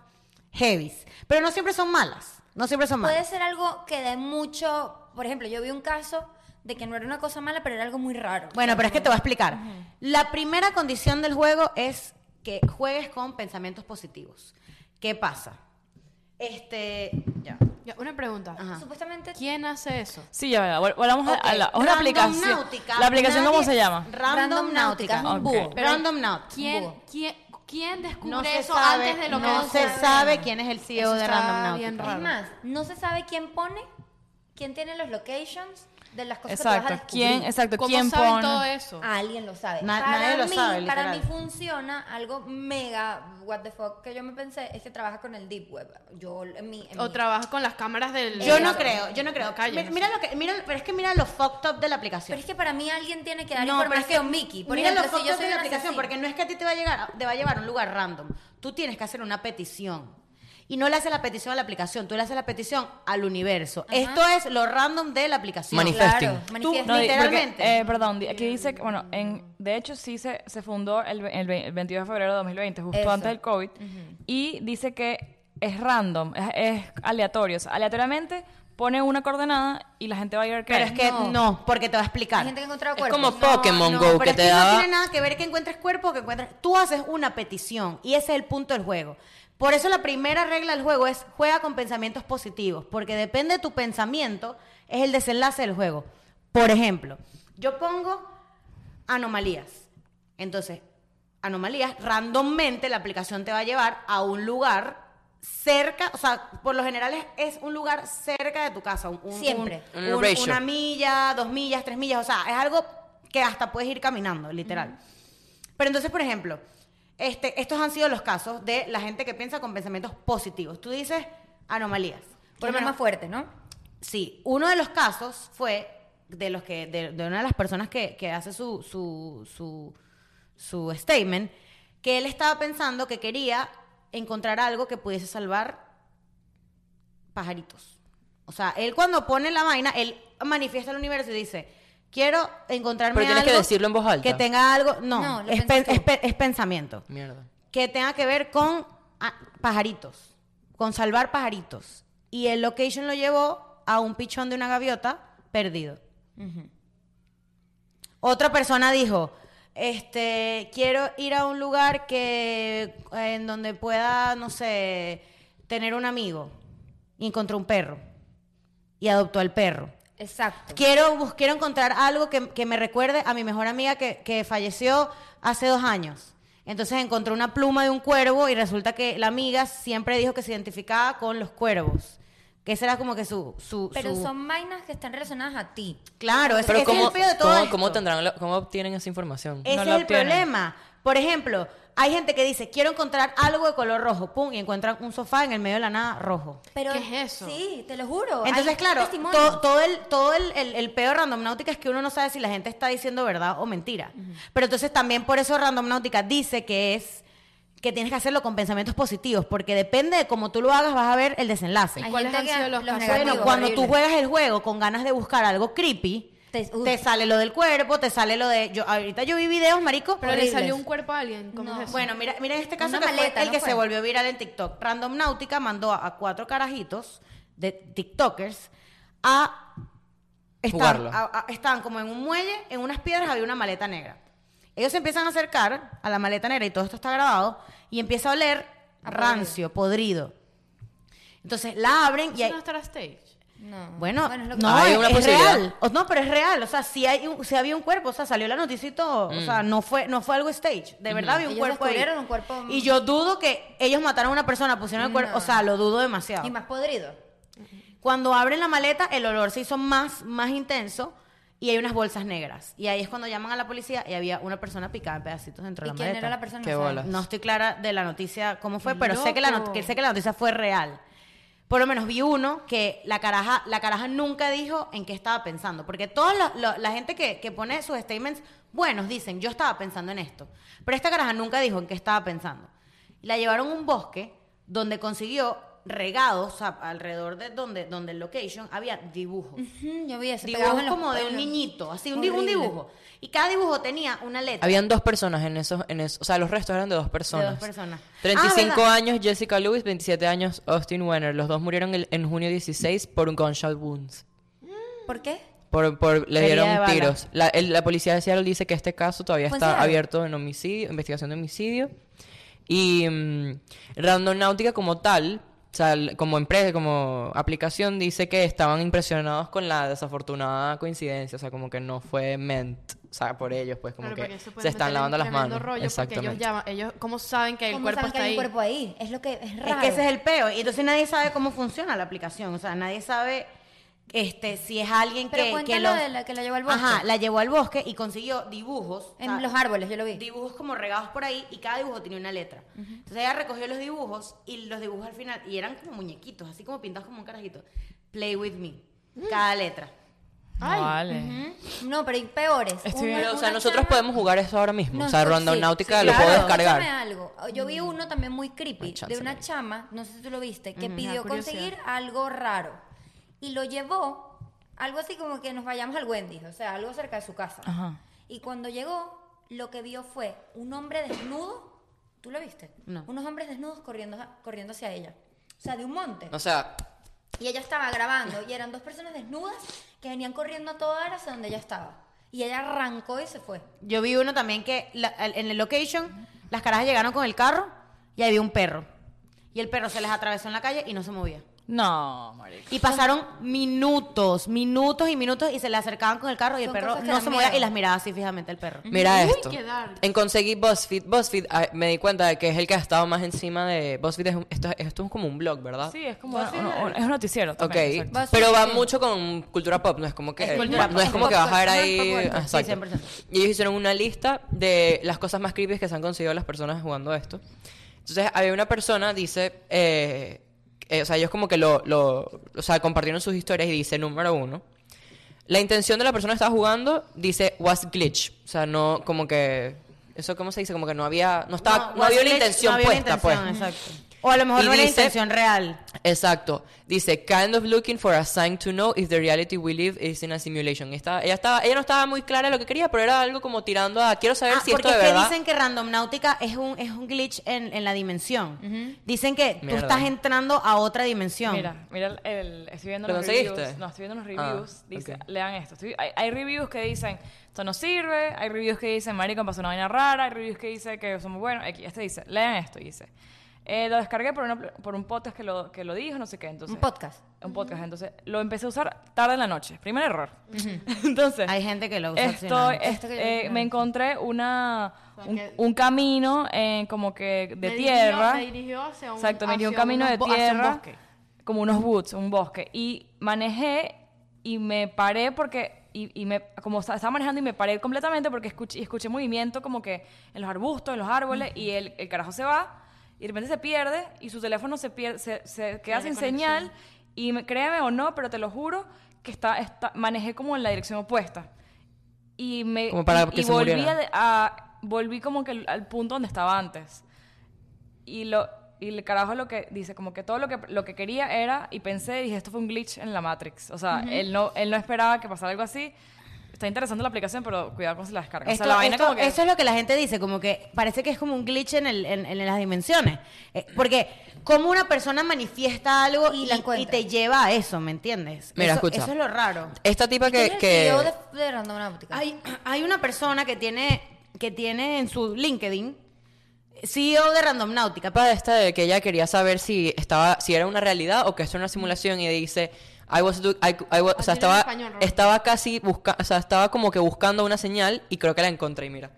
Speaker 4: heavies. Pero no siempre son malas. No siempre son
Speaker 2: Puede
Speaker 4: malas.
Speaker 2: ser algo que dé mucho. Por ejemplo, yo vi un caso de que no era una cosa mala, pero era algo muy raro.
Speaker 4: Bueno, pero es que te voy a explicar. La primera condición del juego es que juegues con pensamientos positivos. ¿Qué pasa? Este. Ya.
Speaker 5: Ya, una pregunta.
Speaker 4: Ajá.
Speaker 2: Supuestamente.
Speaker 5: ¿Quién hace eso?
Speaker 1: Sí, ya, ya, vol- volvamos a- a la,
Speaker 4: Ok,
Speaker 1: una
Speaker 4: Random
Speaker 1: aplicación.
Speaker 4: Náutica,
Speaker 1: ¿La aplicación cómo
Speaker 4: nadie-
Speaker 1: se llama?
Speaker 4: Random Náutica.
Speaker 2: Random
Speaker 4: Un
Speaker 1: Náutica,
Speaker 4: búho.
Speaker 1: ok.
Speaker 5: Pero-
Speaker 4: Random Náutica.
Speaker 5: ¿Quién,
Speaker 2: Búho.
Speaker 5: quién, quién descubre
Speaker 4: No se
Speaker 5: eso
Speaker 4: sabe,
Speaker 5: antes de lo que
Speaker 4: no se
Speaker 5: descubre?
Speaker 4: sabe quién es el CEO
Speaker 5: Eso
Speaker 4: de
Speaker 5: está
Speaker 4: Random
Speaker 5: bien
Speaker 4: Náutica.
Speaker 5: raro.
Speaker 2: Es más, no se sabe quién pone, quién tiene los locations de las cosas que te
Speaker 1: Exacto.
Speaker 2: vas a descubrir. Ah,
Speaker 1: ¿Quién, exacto,
Speaker 5: ¿Cómo
Speaker 1: quién
Speaker 5: saben
Speaker 1: pone?
Speaker 5: todo eso?
Speaker 4: Ah,
Speaker 2: Alguien lo sabe.
Speaker 4: Na-
Speaker 2: para
Speaker 4: nadie lo
Speaker 2: mí,
Speaker 4: sabe,
Speaker 2: Para mí
Speaker 4: literal.
Speaker 2: funciona algo mega what the fuck que yo me pensé es que trabaja con el deep web. Yo en mi, en
Speaker 5: O
Speaker 2: mi-
Speaker 5: trabaja con las cámaras del...
Speaker 4: eh, Yo no
Speaker 5: Eso.
Speaker 4: creo, yo no creo.
Speaker 5: Calles,
Speaker 4: Mi-
Speaker 5: no sé.
Speaker 4: mira lo que, mira, pero es que mira lo fucked up de la aplicación.
Speaker 2: Pero es que para mí alguien tiene que dar
Speaker 4: no, pero es que
Speaker 2: información, Mickey. Por
Speaker 4: mira lo
Speaker 2: ejemplo,
Speaker 4: fucked
Speaker 2: si yo
Speaker 4: up
Speaker 2: soy
Speaker 4: de la
Speaker 2: una
Speaker 4: aplicación, porque no es que a ti te va a llegar, ah, te va a llevar a un lugar random. Tú tienes que hacer una petición. Y no le haces la petición a la aplicación, tú le haces la petición al universo. Esto es lo random de la aplicación.
Speaker 3: Manif- Manifesting.
Speaker 2: Claro,
Speaker 3: Tú-
Speaker 2: manifiesta.
Speaker 1: No, di-
Speaker 4: Literalmente.
Speaker 1: porque, eh, perdón, di- aquí dice que, bueno, en, de hecho sí se, se fundó el, ve- el ve- el 22 de febrero de 2020, justo
Speaker 2: Eso.
Speaker 1: antes del COVID, y dice que es random, es, es aleatorio, o sea, aleatoriamente pone una coordenada y la gente va a ir a
Speaker 4: pero es que
Speaker 2: no.
Speaker 4: no. porque te va a
Speaker 2: Hay
Speaker 4: explicar.
Speaker 2: gente que ha encontrado
Speaker 3: Es
Speaker 2: cuerpos.
Speaker 3: como
Speaker 2: No,
Speaker 3: Pokémon
Speaker 4: no,
Speaker 3: Go
Speaker 4: pero
Speaker 3: que
Speaker 4: es
Speaker 3: te
Speaker 4: que
Speaker 3: daba.
Speaker 4: No tiene nada que ver que encuentres cuerpo o que encuentres. Tú haces una petición y ese es el punto del juego. Por eso la primera regla del juego es juega con pensamientos positivos, porque depende de tu pensamiento es el desenlace del juego. Por ejemplo, yo pongo anomalías. Entonces, anomalías, randommente la aplicación te va a llevar a un lugar cerca, o sea, por lo general es, es un lugar cerca de tu casa. un- un-
Speaker 2: Siempre.
Speaker 4: un-
Speaker 3: Un
Speaker 4: un-
Speaker 3: ratio.
Speaker 4: una milla, dos millas, tres millas, o sea, es algo que hasta puedes ir caminando, literal. Pero entonces, por ejemplo, este, estos han sido los casos de la gente que piensa con pensamientos positivos. Tú dices anomalías.
Speaker 2: Por lo más fuerte, ¿no?
Speaker 4: Sí, uno de los casos fue de los que de, de una de las personas que, que hace su, su, su, su statement que él estaba pensando que quería encontrar algo que pudiese salvar pajaritos. O sea, él cuando pone la vaina, él manifiesta al universo y dice, quiero encontrarme
Speaker 3: Pero tienes que
Speaker 4: algo
Speaker 3: decirlo en voz alta.
Speaker 4: que tenga algo, no,
Speaker 2: No, lo
Speaker 4: es,
Speaker 2: piensas
Speaker 4: pen-
Speaker 2: tú.
Speaker 4: es pe- es pensamiento
Speaker 3: Mierda.
Speaker 4: que tenga que ver con ah, pajaritos, con salvar pajaritos. Y el location lo llevó a un pichón de una gaviota perdido. Otra persona dijo, este, quiero ir a un lugar que en donde pueda, no sé, tener un amigo. Y encontró un perro. Y adoptó al perro.
Speaker 2: Exacto.
Speaker 4: Quiero, bus- quiero encontrar algo que, que me recuerde a mi mejor amiga que, que falleció hace dos años. Entonces encontró una pluma de un cuervo y resulta que la amiga siempre dijo que se identificaba con los cuervos. Que ese era como que su... su-
Speaker 2: Pero
Speaker 4: su-
Speaker 2: son vainas que están relacionadas a ti.
Speaker 4: Claro, ese,
Speaker 3: Pero
Speaker 4: ese
Speaker 3: ¿cómo,
Speaker 4: es el peor de todo
Speaker 3: cómo,
Speaker 4: esto.
Speaker 3: cómo tendrán la- cómo obtienen esa información?
Speaker 4: Ese
Speaker 1: No
Speaker 4: es
Speaker 1: lo
Speaker 4: el
Speaker 1: obtienen.
Speaker 4: problema. Por ejemplo, hay gente que dice, quiero encontrar algo de color rojo, pum, y encuentran un sofá en el medio de la nada rojo.
Speaker 2: Pero,
Speaker 5: ¿Qué es eso?
Speaker 2: Sí, te lo juro.
Speaker 4: Entonces,
Speaker 2: Hay
Speaker 4: claro,
Speaker 2: testimonios.
Speaker 4: to- todo el, todo el, el, el peo de randomnáutica es que uno no sabe si la gente está diciendo verdad o mentira. Pero entonces también por eso randomnáutica dice que es que tienes que hacerlo con pensamientos positivos, porque depende de cómo tú lo hagas, vas a ver el desenlace.
Speaker 2: Hay
Speaker 5: ¿Cuáles
Speaker 2: gente
Speaker 5: han
Speaker 2: que-
Speaker 5: sido los
Speaker 2: los
Speaker 5: casos?
Speaker 2: negativos,
Speaker 4: Bueno, cuando tú
Speaker 2: horrible.
Speaker 4: juegas el juego con ganas de buscar algo creepy,
Speaker 2: Te-
Speaker 4: te,
Speaker 2: uf.
Speaker 4: sale lo del cuerpo, te sale lo de... yo Ahorita yo vi videos, marico.
Speaker 5: Pero
Speaker 4: horribles.
Speaker 5: le salió un cuerpo a alguien. ¿Cómo
Speaker 2: No.
Speaker 5: es eso?
Speaker 4: Bueno, mira, mira este caso
Speaker 2: Una
Speaker 4: que fue
Speaker 2: maleta,
Speaker 4: el
Speaker 2: ¿no
Speaker 4: que
Speaker 2: fue?
Speaker 4: se volvió viral en TikTok. Random Náutica mandó a, a cuatro carajitos de TikTokers a
Speaker 3: Jugarlo.
Speaker 4: están, a- a- estaban como en un muelle, en unas piedras había una maleta negra. Ellos se empiezan a acercar a la maleta negra y todo esto está grabado y empieza a oler
Speaker 2: A podrido.
Speaker 4: rancio, podrido. Entonces la abren y
Speaker 5: ¿Eso
Speaker 4: hay,
Speaker 5: no estará stage?
Speaker 2: No.
Speaker 4: bueno,
Speaker 2: es lo que-
Speaker 4: no,
Speaker 3: Hay
Speaker 4: es,
Speaker 3: una
Speaker 4: es
Speaker 3: posibilidad.
Speaker 4: real. O- no, pero es real. O sea, si hay un- sí había un cuerpo, o sea, salió la noticia y todo. O
Speaker 3: Mm.
Speaker 4: sea, no fue, no fue algo stage. De verdad había un
Speaker 2: Ellos
Speaker 4: cuerpo. ahí.
Speaker 2: descubrieron un cuerpo-
Speaker 4: Y yo dudo que ellos mataron a una persona, pusieron el cuerpo.
Speaker 2: No.
Speaker 4: O sea, lo dudo demasiado.
Speaker 2: Y más podrido.
Speaker 4: Cuando abren la maleta, el olor se hizo más, más intenso y hay unas bolsas negras. Y ahí es cuando llaman a la policía y había una persona picada en pedacitos dentro
Speaker 2: ¿Y
Speaker 4: de la
Speaker 2: quién
Speaker 4: maleta.
Speaker 2: era la persona?
Speaker 3: Qué
Speaker 2: No sabemos.
Speaker 3: bola.
Speaker 4: No estoy clara de la noticia cómo fue,
Speaker 5: Qué
Speaker 4: pero sé que, la
Speaker 5: loco.
Speaker 4: not- que sé que la noticia fue real. Por lo menos vi uno que la caraja, la caraja nunca dijo en qué estaba pensando. Porque toda la, la- la gente que, que pone sus statements buenos dicen, yo estaba pensando en esto. Pero esta caraja nunca dijo en qué estaba pensando. La llevaron a un bosque donde consiguió regados o sea, alrededor de donde, donde el location había dibujos.
Speaker 2: Ujú, Yo vi eso. pegados
Speaker 4: Dibujos
Speaker 2: Mm. en los
Speaker 4: como de un
Speaker 2: pelos.
Speaker 4: niñito, así un, di- un
Speaker 2: Horrible.
Speaker 4: dibujo. Y cada dibujo tenía una letra.
Speaker 3: Habían dos personas en esos, en esos, o sea, los restos eran de dos personas.
Speaker 4: personas.
Speaker 3: 35
Speaker 4: Ah,
Speaker 3: años Jessica Lewis, 27 años Austin Wenner. Los dos murieron el- en junio 16 por un gunshot wounds.
Speaker 2: ¿Por qué?
Speaker 3: Por, por- le
Speaker 4: Herida
Speaker 3: dieron
Speaker 4: de bala.
Speaker 3: tiros. La, el- la policía de Seattle dice que este caso todavía
Speaker 5: Pues
Speaker 2: ¿Fue en
Speaker 3: está
Speaker 2: Seattle?
Speaker 3: abierto en homicidio, investigación de homicidio. Y mm, Random Náutica como tal, o sea, el- como empresa, como aplicación, dice que estaban impresionados con la desafortunada coincidencia. O sea, como que no fue meant, o sea, por ellos, pues como
Speaker 5: Claro, porque
Speaker 3: que
Speaker 5: eso
Speaker 3: se
Speaker 5: pueden meter
Speaker 3: están
Speaker 5: en
Speaker 3: lavando las
Speaker 5: tremendo
Speaker 3: manos.
Speaker 5: rollo porque ellos,
Speaker 3: Exactamente.
Speaker 5: llaman, ellos, ¿Cómo saben que el
Speaker 2: ¿Cómo
Speaker 5: cuerpo
Speaker 2: saben que
Speaker 5: está
Speaker 2: hay
Speaker 5: ahí?
Speaker 2: un cuerpo ahí? Es lo que es
Speaker 4: Es
Speaker 2: raro.
Speaker 4: que ese es el peo. Y entonces nadie sabe cómo funciona la aplicación. O sea, nadie sabe este, si es alguien
Speaker 2: Pero
Speaker 4: que,
Speaker 2: cuenta
Speaker 4: que
Speaker 2: lo
Speaker 4: los-
Speaker 2: de la que la llevó al bosque.
Speaker 4: Ajá, la llevó al bosque y consiguió dibujos.
Speaker 2: En
Speaker 4: o sea,
Speaker 2: los árboles, yo lo vi.
Speaker 4: Dibujos como regados por ahí y cada dibujo tenía una letra. Entonces ella recogió los dibujos y los dibujos al final, y eran como muñequitos, así como pintados como un carajito. Play with me.
Speaker 2: Mm.
Speaker 4: Cada letra.
Speaker 1: No vale.
Speaker 2: Ujú. No, pero hay peores.
Speaker 1: Estoy
Speaker 2: Una-
Speaker 1: viendo,
Speaker 3: Este, Pero, o sea,
Speaker 2: una
Speaker 3: nosotros
Speaker 2: chama-
Speaker 3: podemos jugar eso ahora mismo.
Speaker 2: No,
Speaker 3: o sea,
Speaker 2: estoy-
Speaker 3: Random
Speaker 2: sí,
Speaker 3: Náutica
Speaker 2: sí,
Speaker 3: lo
Speaker 2: claro.
Speaker 3: puedo descargar.
Speaker 2: Escúchame algo. Yo vi uno también muy creepy
Speaker 3: chance, Ah,
Speaker 2: de una
Speaker 3: marica.
Speaker 2: chama, no sé si tú lo viste, que
Speaker 5: da
Speaker 2: pidió
Speaker 5: curiosidad.
Speaker 2: conseguir algo raro y lo llevó algo así como que nos vayamos al Wendy's, o sea, algo cerca de su casa.
Speaker 1: Ajá.
Speaker 2: Y cuando llegó, lo que vio fue un hombre desnudo. ¿Tú lo viste?
Speaker 4: No.
Speaker 2: Unos hombres desnudos corriendo, corriendo hacia ella. O sea, de un monte.
Speaker 3: O sea,
Speaker 2: Y ella estaba grabando y eran dos personas desnudas que venían corriendo a toda hora hacia donde ella estaba. Y ella arrancó y se fue.
Speaker 4: Yo vi uno también que la- al- en el location, las carajas llegaron con el carro y había un perro. Y el perro se les atravesó en la calle y no se movía.
Speaker 1: No, marico.
Speaker 4: Y pasaron minutos, minutos y minutos y se le acercaban con el carro y el
Speaker 2: Son
Speaker 4: perro
Speaker 2: cosas que
Speaker 4: no
Speaker 2: dan
Speaker 4: se Mm. movía
Speaker 2: miedo.
Speaker 4: y las miraba así fijamente el perro.
Speaker 3: Mira
Speaker 5: Uy,
Speaker 3: esto.
Speaker 5: qué dark.
Speaker 3: En conseguí BuzzFeed. BuzzFeed, ah, me di cuenta de que es el que ha estado más encima de... BuzzFeed es un- esto, esto es como un blog, ¿verdad?
Speaker 5: Sí, es como.
Speaker 1: Bueno, uno- uno- es un noticiero.
Speaker 3: Ok,
Speaker 1: también, exacto.
Speaker 2: Buzzfeed,
Speaker 3: pero va
Speaker 2: sí.
Speaker 3: mucho con cultura pop, no es como que
Speaker 4: Es cultura
Speaker 3: no,
Speaker 4: pop,
Speaker 3: no es
Speaker 4: es
Speaker 3: como que
Speaker 2: pop
Speaker 3: vas a ver
Speaker 2: culture,
Speaker 3: ahí,
Speaker 2: pop culture.
Speaker 3: ah,
Speaker 4: Sí,
Speaker 3: exacto.
Speaker 4: 100%.
Speaker 3: Y ellos hicieron una lista de las cosas más creepy que se han conseguido las personas jugando esto. Entonces, había una persona, dice, eh, eh, o sea, ellos como que lo, lo, o sea, compartieron sus historias y dice, número uno, la intención de la persona que estaba jugando dice was glitch, o sea, no como que eso cómo se dice, como que no había no estaba no, había una
Speaker 4: Wesley,
Speaker 3: intención
Speaker 4: no había una
Speaker 3: puesta, pues.
Speaker 4: intención, exacto. O a lo mejor
Speaker 3: Y
Speaker 4: no era la
Speaker 3: dice-
Speaker 4: intención real.
Speaker 3: Exacto. Dice, kind of looking for a sign to know if the reality we live is in a simulation. Estaba- ella, estaba, ella no estaba muy clara de lo que quería, pero era algo como tirando a, quiero saber
Speaker 4: Ah,
Speaker 3: si esto
Speaker 4: porque
Speaker 3: de
Speaker 4: es que
Speaker 3: verdad...
Speaker 4: dicen que randomnáutica es un, es un glitch en, en la dimensión. Dicen que
Speaker 3: Mierda.
Speaker 4: tú estás entrando a otra dimensión.
Speaker 1: Mira, mira el, el- estoy viendo
Speaker 3: ¿Lo
Speaker 1: los
Speaker 3: conseguiste?
Speaker 1: reviews. No, estoy viendo los
Speaker 3: Ah,
Speaker 1: reviews. dice,
Speaker 3: ok.
Speaker 1: lean esto. Estoy- hay, hay reviews que dicen, esto no sirve. Hay reviews que dicen, marico, me pasó una vaina rara. Hay reviews que dicen que son muy buenos. Aquí, Este dice, lean esto, y dice. "Eh, lo descargué por, una pl- por un podcast que lo, que lo dijo, no sé qué. Entonces,
Speaker 2: Un podcast.
Speaker 1: Un podcast. Entonces, lo empecé a usar tarde en la noche. Primer error. Entonces,
Speaker 4: Hay gente que lo usa. así, ¿no?
Speaker 1: estoy,
Speaker 2: Esto
Speaker 1: est-
Speaker 2: que yo dije,
Speaker 1: eh,
Speaker 5: Este
Speaker 2: ¿no?
Speaker 1: me encontré una, un,
Speaker 5: que-
Speaker 1: un camino eh, como que de
Speaker 5: Me dirigió-
Speaker 1: tierra.
Speaker 5: me dirigió hacia un-
Speaker 1: Exacto, me dirigió un
Speaker 5: hacia
Speaker 1: camino
Speaker 5: unos
Speaker 1: de
Speaker 5: bo- hacia un
Speaker 1: tierra.
Speaker 5: bosque.
Speaker 1: Como unos woods, un bosque. Y manejé y me paré porque. Y, y me, como esta- estaba manejando y me paré completamente porque escuché, y escuché movimiento como que en los arbustos, en los árboles, y el, el carajo se va y de repente se pierde y su teléfono se pierde, se, se queda sin señal. Y me- créeme o no, pero te lo juro que está, está, manejé como en la dirección opuesta y me
Speaker 3: Como para
Speaker 1: y-
Speaker 3: que
Speaker 1: y
Speaker 3: se
Speaker 1: volví
Speaker 3: muriera.
Speaker 1: a, de- a- volví como que al, al punto donde estaba antes y lo y el carajo lo que dice como que todo lo que lo que quería era y pensé dije esto fue un glitch en la Matrix o sea él no él no esperaba que pasara algo así está interesante la aplicación pero cuidado con si la descarga o
Speaker 4: Esto-
Speaker 1: sea, la vaina
Speaker 4: esto-
Speaker 1: como que
Speaker 4: Eso es lo que la gente dice, como que parece que es como un glitch en, el- en- en las dimensiones. Eh, porque como una persona manifiesta algo
Speaker 2: Y
Speaker 4: y,
Speaker 2: la
Speaker 4: y
Speaker 2: encuentra.
Speaker 4: te lleva a eso, ¿me entiendes?
Speaker 3: Mira,
Speaker 4: eso,
Speaker 3: escucha.
Speaker 4: eso es lo raro.
Speaker 3: Esta tipa
Speaker 2: ¿Quién es
Speaker 3: que...
Speaker 2: el
Speaker 3: que
Speaker 2: CEO de, de Randomnáutica?
Speaker 4: Hay, hay una persona que tiene, que tiene en su LinkedIn CEO de Randomnáutica.
Speaker 3: tipa esta de que ella quería saber si estaba si era una realidad o que esto era una simulación y dice I was do- I- I was- o sea,
Speaker 5: Así era en
Speaker 3: estaba
Speaker 5: español, Roberto.
Speaker 3: estaba casi busca, o sea, estaba como que buscando una señal y creo que la encontré y mira.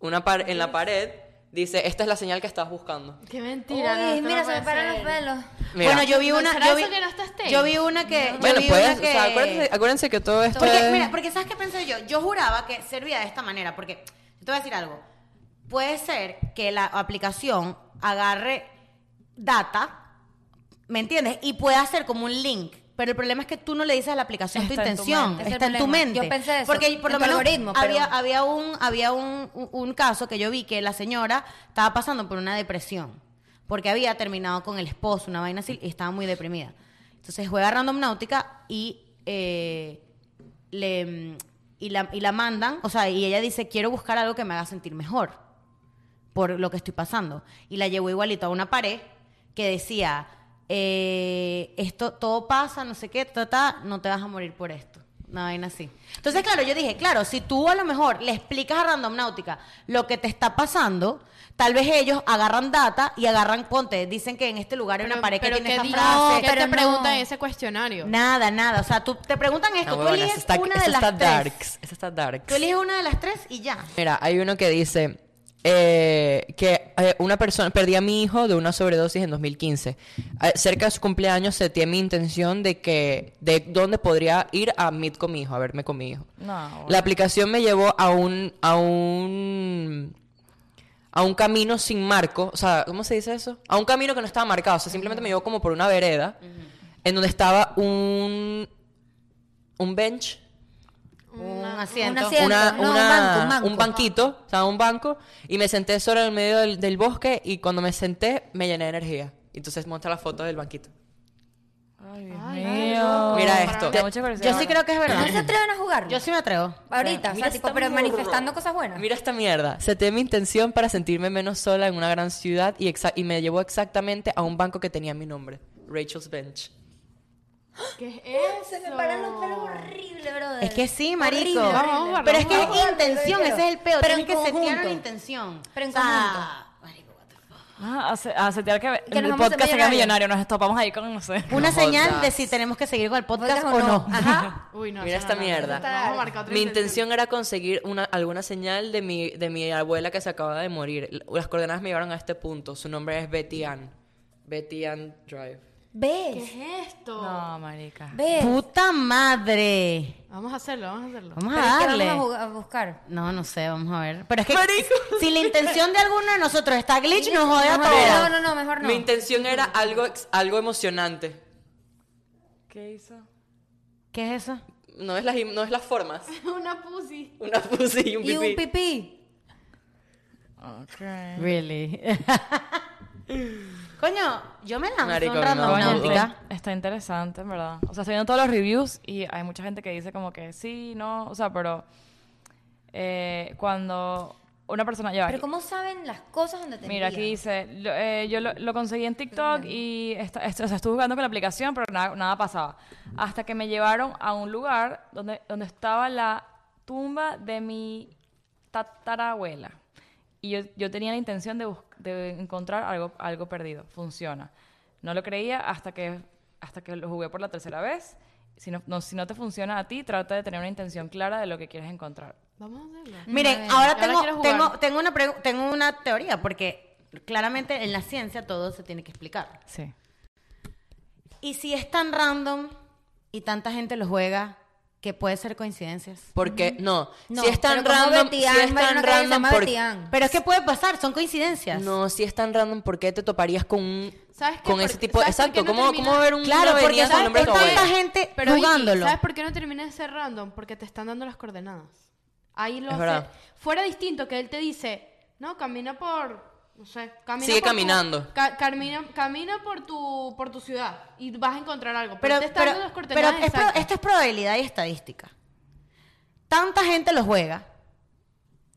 Speaker 3: Una par- en la pared dice, "Esta es la señal que estás buscando."
Speaker 5: Qué
Speaker 2: Uy,
Speaker 5: mentira. no, esto no
Speaker 2: mira, se me
Speaker 5: puede
Speaker 2: paran los
Speaker 5: ser.
Speaker 2: pelos.
Speaker 3: Mira.
Speaker 4: Bueno, yo vi
Speaker 5: ¿No
Speaker 4: una.
Speaker 5: será
Speaker 4: yo vi,
Speaker 5: eso que no está Stein?
Speaker 4: yo vi una que. yo
Speaker 3: Bueno,
Speaker 4: vi
Speaker 3: pues,
Speaker 4: una
Speaker 3: o
Speaker 4: que-
Speaker 3: sea, acuérdense, acuérdense que todo esto
Speaker 4: Porque,
Speaker 3: es...
Speaker 4: mira, porque ¿sabes qué pensé yo? Yo juraba que servía de esta manera, porque yo te voy a decir algo. Puede ser que la aplicación agarre data, ¿me entiendes? Y pueda hacer como un link. Pero el problema es que tú no le dices a la aplicación
Speaker 1: Está
Speaker 4: tu
Speaker 1: en tu
Speaker 4: intención,
Speaker 1: mente,
Speaker 2: ese es el
Speaker 4: está en tu
Speaker 2: problema.
Speaker 4: mente.
Speaker 2: Yo pensé eso,
Speaker 4: Porque por
Speaker 2: en
Speaker 4: lo
Speaker 2: tu
Speaker 4: menos
Speaker 2: algoritmo, pero-
Speaker 4: había, había un había un, un- un caso que yo vi que la señora estaba pasando por una depresión porque había terminado con el esposo una vaina así y estaba muy deprimida entonces juega random náutica y eh, le mm, y la, y la mandan o sea y ella dice quiero buscar algo que me haga sentir mejor por lo que estoy pasando y la llevó igualito a una pared que decía eh, esto todo pasa no sé qué ta, ta, no te vas a morir por esto una vaina así. Entonces, claro, yo dije, claro, si tú a lo mejor le explicas a Random Náutica lo que te está pasando, tal vez ellos agarran data y agarran, ponte, dicen que en este lugar hay una pared que tiene
Speaker 5: ¿qué
Speaker 4: esta
Speaker 5: di-
Speaker 4: frase.
Speaker 5: ¿Qué
Speaker 2: pero
Speaker 5: te
Speaker 2: no.
Speaker 5: preguntan en ese cuestionario?
Speaker 4: Nada, nada. O sea, tú te preguntan
Speaker 3: Ah,
Speaker 4: esto, tú
Speaker 3: huevona,
Speaker 4: eliges
Speaker 3: esa está,
Speaker 4: una
Speaker 3: esa
Speaker 4: de las
Speaker 3: está
Speaker 4: tres.
Speaker 3: darks, esa está darks.
Speaker 4: Tú eliges una de las tres y ya.
Speaker 3: Mira, hay uno que dice eh, que eh, una persona perdí a mi hijo de una sobredosis en 2015. Eh, cerca de su cumpleaños sentí mi intención de que de dónde podría ir a Meet con mi hijo, a verme con mi hijo.
Speaker 1: No, bueno.
Speaker 3: La aplicación me llevó a un a un a un camino sin marco, o sea, ¿cómo se dice eso? A un camino que no estaba marcado, o sea, simplemente me llevó como por una vereda en donde estaba un un bench
Speaker 4: Un
Speaker 2: un
Speaker 4: asiento.
Speaker 2: asiento.
Speaker 3: una-
Speaker 2: no, un
Speaker 3: una-
Speaker 2: banco, un banco.
Speaker 3: banquito, o sea, un banco, y me senté solo en el medio del, del bosque y cuando me senté me llené de energía. Entonces muestra la foto del banquito.
Speaker 1: Ay, Dios
Speaker 5: Ay,
Speaker 1: mío.
Speaker 5: no.
Speaker 3: Mira
Speaker 5: Para
Speaker 3: esto.
Speaker 1: Me da mucha curiosidad
Speaker 4: Yo sí
Speaker 1: ahora.
Speaker 4: creo que es
Speaker 2: ¿No
Speaker 4: verdad.
Speaker 2: se atreven a jugar?
Speaker 4: Yo sí me atrevo.
Speaker 2: Ahorita, o
Speaker 3: Mira
Speaker 2: sea, tipo,
Speaker 3: esta
Speaker 2: pero
Speaker 3: mierda.
Speaker 2: manifestando cosas buenas.
Speaker 3: Mira esta mierda. Seté mi intención para sentirme menos sola en una gran ciudad y, exa- y me llevó exactamente a un banco que tenía mi nombre, Rachel's Bench.
Speaker 5: ¿Qué es eso?
Speaker 2: se me paran los pelos horrible, brother.
Speaker 4: Es que sí,
Speaker 2: Horrible,
Speaker 4: marico.
Speaker 5: Vamos,
Speaker 2: horrible.
Speaker 5: vamos.
Speaker 4: Pero es que
Speaker 2: Vamos,
Speaker 4: es intención,
Speaker 2: pero-
Speaker 4: ese es el peor.
Speaker 2: pero
Speaker 4: Tienes
Speaker 2: en
Speaker 4: que setear
Speaker 2: conjunto.
Speaker 4: una intención.
Speaker 2: Pero en
Speaker 4: O sea, marico, what the fuck.
Speaker 1: Ah, ace- aceptar que,
Speaker 2: Que nos
Speaker 1: el
Speaker 2: vamos
Speaker 1: podcast
Speaker 2: a
Speaker 1: se queda
Speaker 2: millonario.
Speaker 1: millonario. Nos topamos ahí con, no sé.
Speaker 4: Una
Speaker 3: No
Speaker 4: señal
Speaker 3: jodas.
Speaker 4: de si tenemos que seguir con el podcast,
Speaker 2: ¿Podcast
Speaker 4: o no.
Speaker 2: Ajá.
Speaker 5: Uy, no.
Speaker 3: Mira
Speaker 5: eso no,
Speaker 3: esta
Speaker 5: no, no,
Speaker 3: mierda.
Speaker 5: Vamos a marcar otra
Speaker 3: Mi intención era conseguir una, alguna señal de mi, de mi abuela que se acaba de morir. L- Las coordenadas me llevaron a este punto. Su nombre es Betty Ann. Betty Ann Drive.
Speaker 5: ¿Qué
Speaker 2: ¿Ves?
Speaker 5: es esto?
Speaker 1: No, marica.
Speaker 2: ¿Ves?
Speaker 4: Puta madre.
Speaker 5: Vamos a hacerlo, vamos a hacerlo.
Speaker 4: Vamos
Speaker 2: Pero
Speaker 4: a
Speaker 2: es que
Speaker 4: darle.
Speaker 2: vamos a, bu- a buscar.
Speaker 4: No, no sé, vamos a ver. Pero es que si la intención de alguno de nosotros está glitch, nos jode a
Speaker 2: No, no,
Speaker 4: todos.
Speaker 2: no, no, mejor Ah, no.
Speaker 3: Mi intención era algo, ex- algo emocionante.
Speaker 1: ¿Qué hizo?
Speaker 4: ¿Qué es eso?
Speaker 3: No es las, im- no es las formas.
Speaker 5: Una pussy.
Speaker 3: Una pussy y un
Speaker 2: y
Speaker 3: pipí.
Speaker 2: un pipí.
Speaker 1: Ok.
Speaker 4: Really. Coño, yo me lanzo
Speaker 3: Marico,
Speaker 4: un random
Speaker 3: no, no,
Speaker 1: Coño,
Speaker 4: náutica.
Speaker 1: está, está interesante, en verdad. O sea, estoy viendo todos los reviews y hay mucha gente que dice como que sí, no, o sea, pero eh, cuando una persona lleva...
Speaker 2: Pero ¿cómo saben las cosas donde te
Speaker 1: Mira, aquí
Speaker 2: envían?
Speaker 1: dice, lo- eh, yo lo, lo conseguí en TikTok y esta- est- o sea, estuve jugando con la aplicación, pero nada, nada pasaba. Hasta que me llevaron a un lugar donde, donde estaba la tumba de mi tatarabuela. Y yo, yo tenía la intención de, bus- de encontrar algo, algo perdido. Funciona. No lo creía hasta que, hasta que lo jugué por la tercera vez. Si no, no- si no te funciona a ti, trata de tener una intención clara de lo que quieres encontrar.
Speaker 5: Vamos a hacerlo.
Speaker 4: Miren,
Speaker 2: Madre.
Speaker 4: ahora
Speaker 5: ahora
Speaker 4: tengo,
Speaker 5: quiero jugar.
Speaker 4: tengo, tengo, una pregu- tengo una teoría, porque claramente en la ciencia todo se tiene que explicar.
Speaker 1: Sí.
Speaker 4: Y si es tan random y tanta gente lo juega, que puede ser coincidencias.
Speaker 3: Porque, no,
Speaker 2: No,
Speaker 3: si es tan
Speaker 2: pero como
Speaker 3: random,
Speaker 2: Betty
Speaker 3: si
Speaker 2: Ann,
Speaker 3: es
Speaker 2: bueno,
Speaker 3: tan
Speaker 2: una calle se
Speaker 3: random,
Speaker 2: llama
Speaker 3: ¿por-
Speaker 2: Betty Ann.
Speaker 4: Pero es que puede pasar, son coincidencias.
Speaker 3: no, si es tan random, ¿por qué te toparías con un,
Speaker 5: ¿Sabes qué?
Speaker 3: con
Speaker 5: Por-
Speaker 3: ese tipo?
Speaker 5: ¿sabes por
Speaker 3: Exacto,
Speaker 5: qué no
Speaker 3: ¿cómo,
Speaker 5: termina?
Speaker 3: cómo ver un
Speaker 4: Mm, Claro,
Speaker 3: una
Speaker 4: porque
Speaker 3: avenida con
Speaker 4: ¿sabes
Speaker 3: el nombre de
Speaker 4: por
Speaker 3: tu
Speaker 4: qué tanta
Speaker 3: abuela?
Speaker 4: gente
Speaker 5: Pero oye,
Speaker 4: jugándolo?
Speaker 5: ¿sabes por qué no termina de ser random? Porque te están dando las coordenadas. Ahí lo
Speaker 3: Es
Speaker 5: hace-
Speaker 3: verdad.
Speaker 5: Fuera distinto que él te dice, no, camina por, no sé, camina
Speaker 3: Sigue
Speaker 5: por tu-
Speaker 3: caminando.
Speaker 5: ca- camina, camina por tu, por tu ciudad y vas a encontrar algo. Pero,
Speaker 4: Pero,
Speaker 5: te están
Speaker 4: pero,
Speaker 5: dando las
Speaker 4: pero
Speaker 5: coordenadas.
Speaker 4: es pro-
Speaker 5: exactas.
Speaker 4: esto es probabilidad y estadística. Tanta gente lo juega,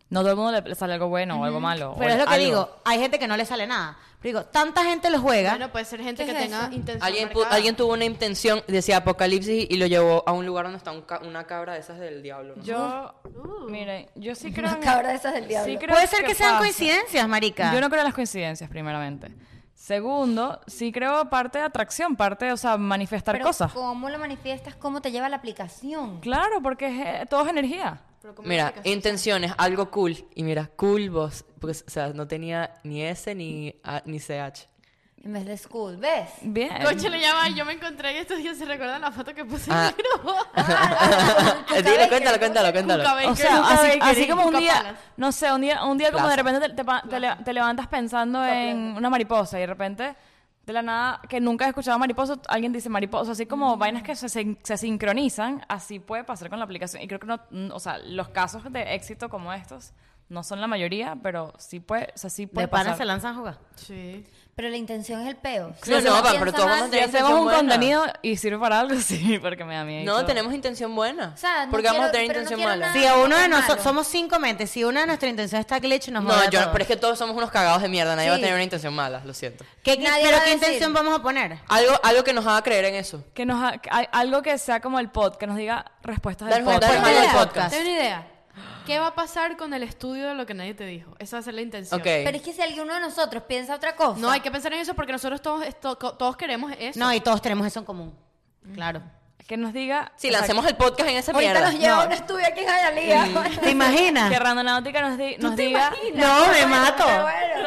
Speaker 1: No todo el mundo le- le sale algo bueno o algo malo. o
Speaker 4: pero es lo que
Speaker 1: algo.
Speaker 4: digo, hay gente que no le sale nada. Pero digo, tanta gente lo juega,
Speaker 5: Bueno, puede ser gente
Speaker 2: ¿Qué
Speaker 5: que
Speaker 2: es
Speaker 5: tenga
Speaker 2: eso?
Speaker 5: intención
Speaker 3: Alguien, pu-
Speaker 5: marcada.
Speaker 3: alguien tuvo una intención, decía apocalipsis y lo llevó a un lugar donde está un ca- una cabra de esas del diablo. ¿no?
Speaker 1: Yo, miren, yo sí creo. en-
Speaker 2: cabra de esas del diablo.
Speaker 1: creo
Speaker 4: puede ser que, sean
Speaker 1: pasa.
Speaker 4: coincidencias, marica.
Speaker 1: Yo no creo en las coincidencias, primeramente. Segundo, sí creo parte de atracción, parte, o sea, manifestar
Speaker 2: Pero
Speaker 1: cosas.
Speaker 2: ¿Cómo lo manifiestas? ¿Cómo te lleva la aplicación?
Speaker 1: Claro, porque es, eh, todo es energía.
Speaker 5: Pero ¿cómo
Speaker 3: Mira, eh,
Speaker 5: explicas?
Speaker 3: intenciones, algo cool. Y mira, cool vos. Porque, o sea, no tenía ni S ni, A- ni CH.
Speaker 2: En vez de school, ¿ves?
Speaker 1: Bien.
Speaker 5: Concha le llama, yo me encontré en estos días, ¿se recuerdan la foto que puse
Speaker 3: Ah.
Speaker 5: en el grupo?
Speaker 3: Dile, cuéntalo, cuéntalo, cuéntalo.
Speaker 5: Cuca Baker,
Speaker 1: O sea,
Speaker 5: Cuca
Speaker 1: así,
Speaker 5: Baker
Speaker 1: así
Speaker 5: y
Speaker 1: como un
Speaker 5: Cuca
Speaker 1: día,
Speaker 5: Palace.
Speaker 1: no sé, un día, un día como de
Speaker 3: Plaza.
Speaker 1: repente te, te pa- te le- te levantas pensando en una mariposa y de repente, de la nada, que nunca has escuchado mariposa, alguien dice mariposa, así como vainas que se, sin- se sincronizan, así puede pasar con la aplicación. Y creo que no, mm, o sea, los casos de éxito como estos no son la mayoría, pero sí puede, o sea, sí puede
Speaker 4: de pana
Speaker 1: pasar.
Speaker 4: se lanzan a jugar.
Speaker 5: Sí,
Speaker 2: Pero la intención es el peo.
Speaker 3: No,
Speaker 2: Si
Speaker 3: no,
Speaker 2: uno
Speaker 3: va,
Speaker 2: piensa
Speaker 3: pero todo
Speaker 2: mal,
Speaker 3: mundo
Speaker 1: Si
Speaker 3: tiene-
Speaker 1: hacemos un
Speaker 3: buena.
Speaker 1: contenido y sirve para algo, sí, porque me da miedo.
Speaker 3: No, tenemos intención buena.
Speaker 2: O sea, no
Speaker 3: porque vamos a
Speaker 2: quiero-
Speaker 3: tener
Speaker 2: pero no
Speaker 3: intención
Speaker 2: quiero
Speaker 3: mala.
Speaker 2: nada.
Speaker 4: Si a uno de
Speaker 2: es malo.
Speaker 4: nosotros, somos cinco mentes, si una de nuestras intenciones está glitch, nos jode
Speaker 3: No,
Speaker 4: a
Speaker 3: yo,
Speaker 4: todos.
Speaker 3: pero es que todos somos unos cagados de mierda. Nadie va a
Speaker 2: Sí.
Speaker 3: tener una intención mala, lo siento.
Speaker 4: ¿Qué-
Speaker 2: Nadie
Speaker 4: pero
Speaker 2: va a
Speaker 4: ¿qué
Speaker 2: decir.
Speaker 4: intención vamos a poner?
Speaker 3: Algo, algo que nos haga creer en eso.
Speaker 1: que nos ha- que hay algo que sea como el pod, que nos diga respuestas del
Speaker 3: Dar-
Speaker 1: pod.
Speaker 3: dar-
Speaker 4: Respuesta
Speaker 3: algo al
Speaker 4: del
Speaker 3: podcast.
Speaker 5: Tengo una idea. ¿Qué va a pasar con el estudio de lo que nadie te dijo? Esa va a ser la intención.
Speaker 3: Ok.
Speaker 2: Pero es que si alguno de nosotros piensa otra cosa.
Speaker 5: No, hay que pensar en eso porque nosotros todos, esto- co- todos queremos eso.
Speaker 4: No, y todos tenemos eso Mm. en común. Claro.
Speaker 1: Que nos diga.
Speaker 3: Si
Speaker 1: o sea,
Speaker 3: lancemos el podcast en esa
Speaker 2: Ahorita
Speaker 3: mierda.
Speaker 2: nos lleva un estudio aquí en Jayalía.
Speaker 4: ¿Te imaginas?
Speaker 1: Que Randonáutica nos, di- nos diga.
Speaker 4: No, me mato.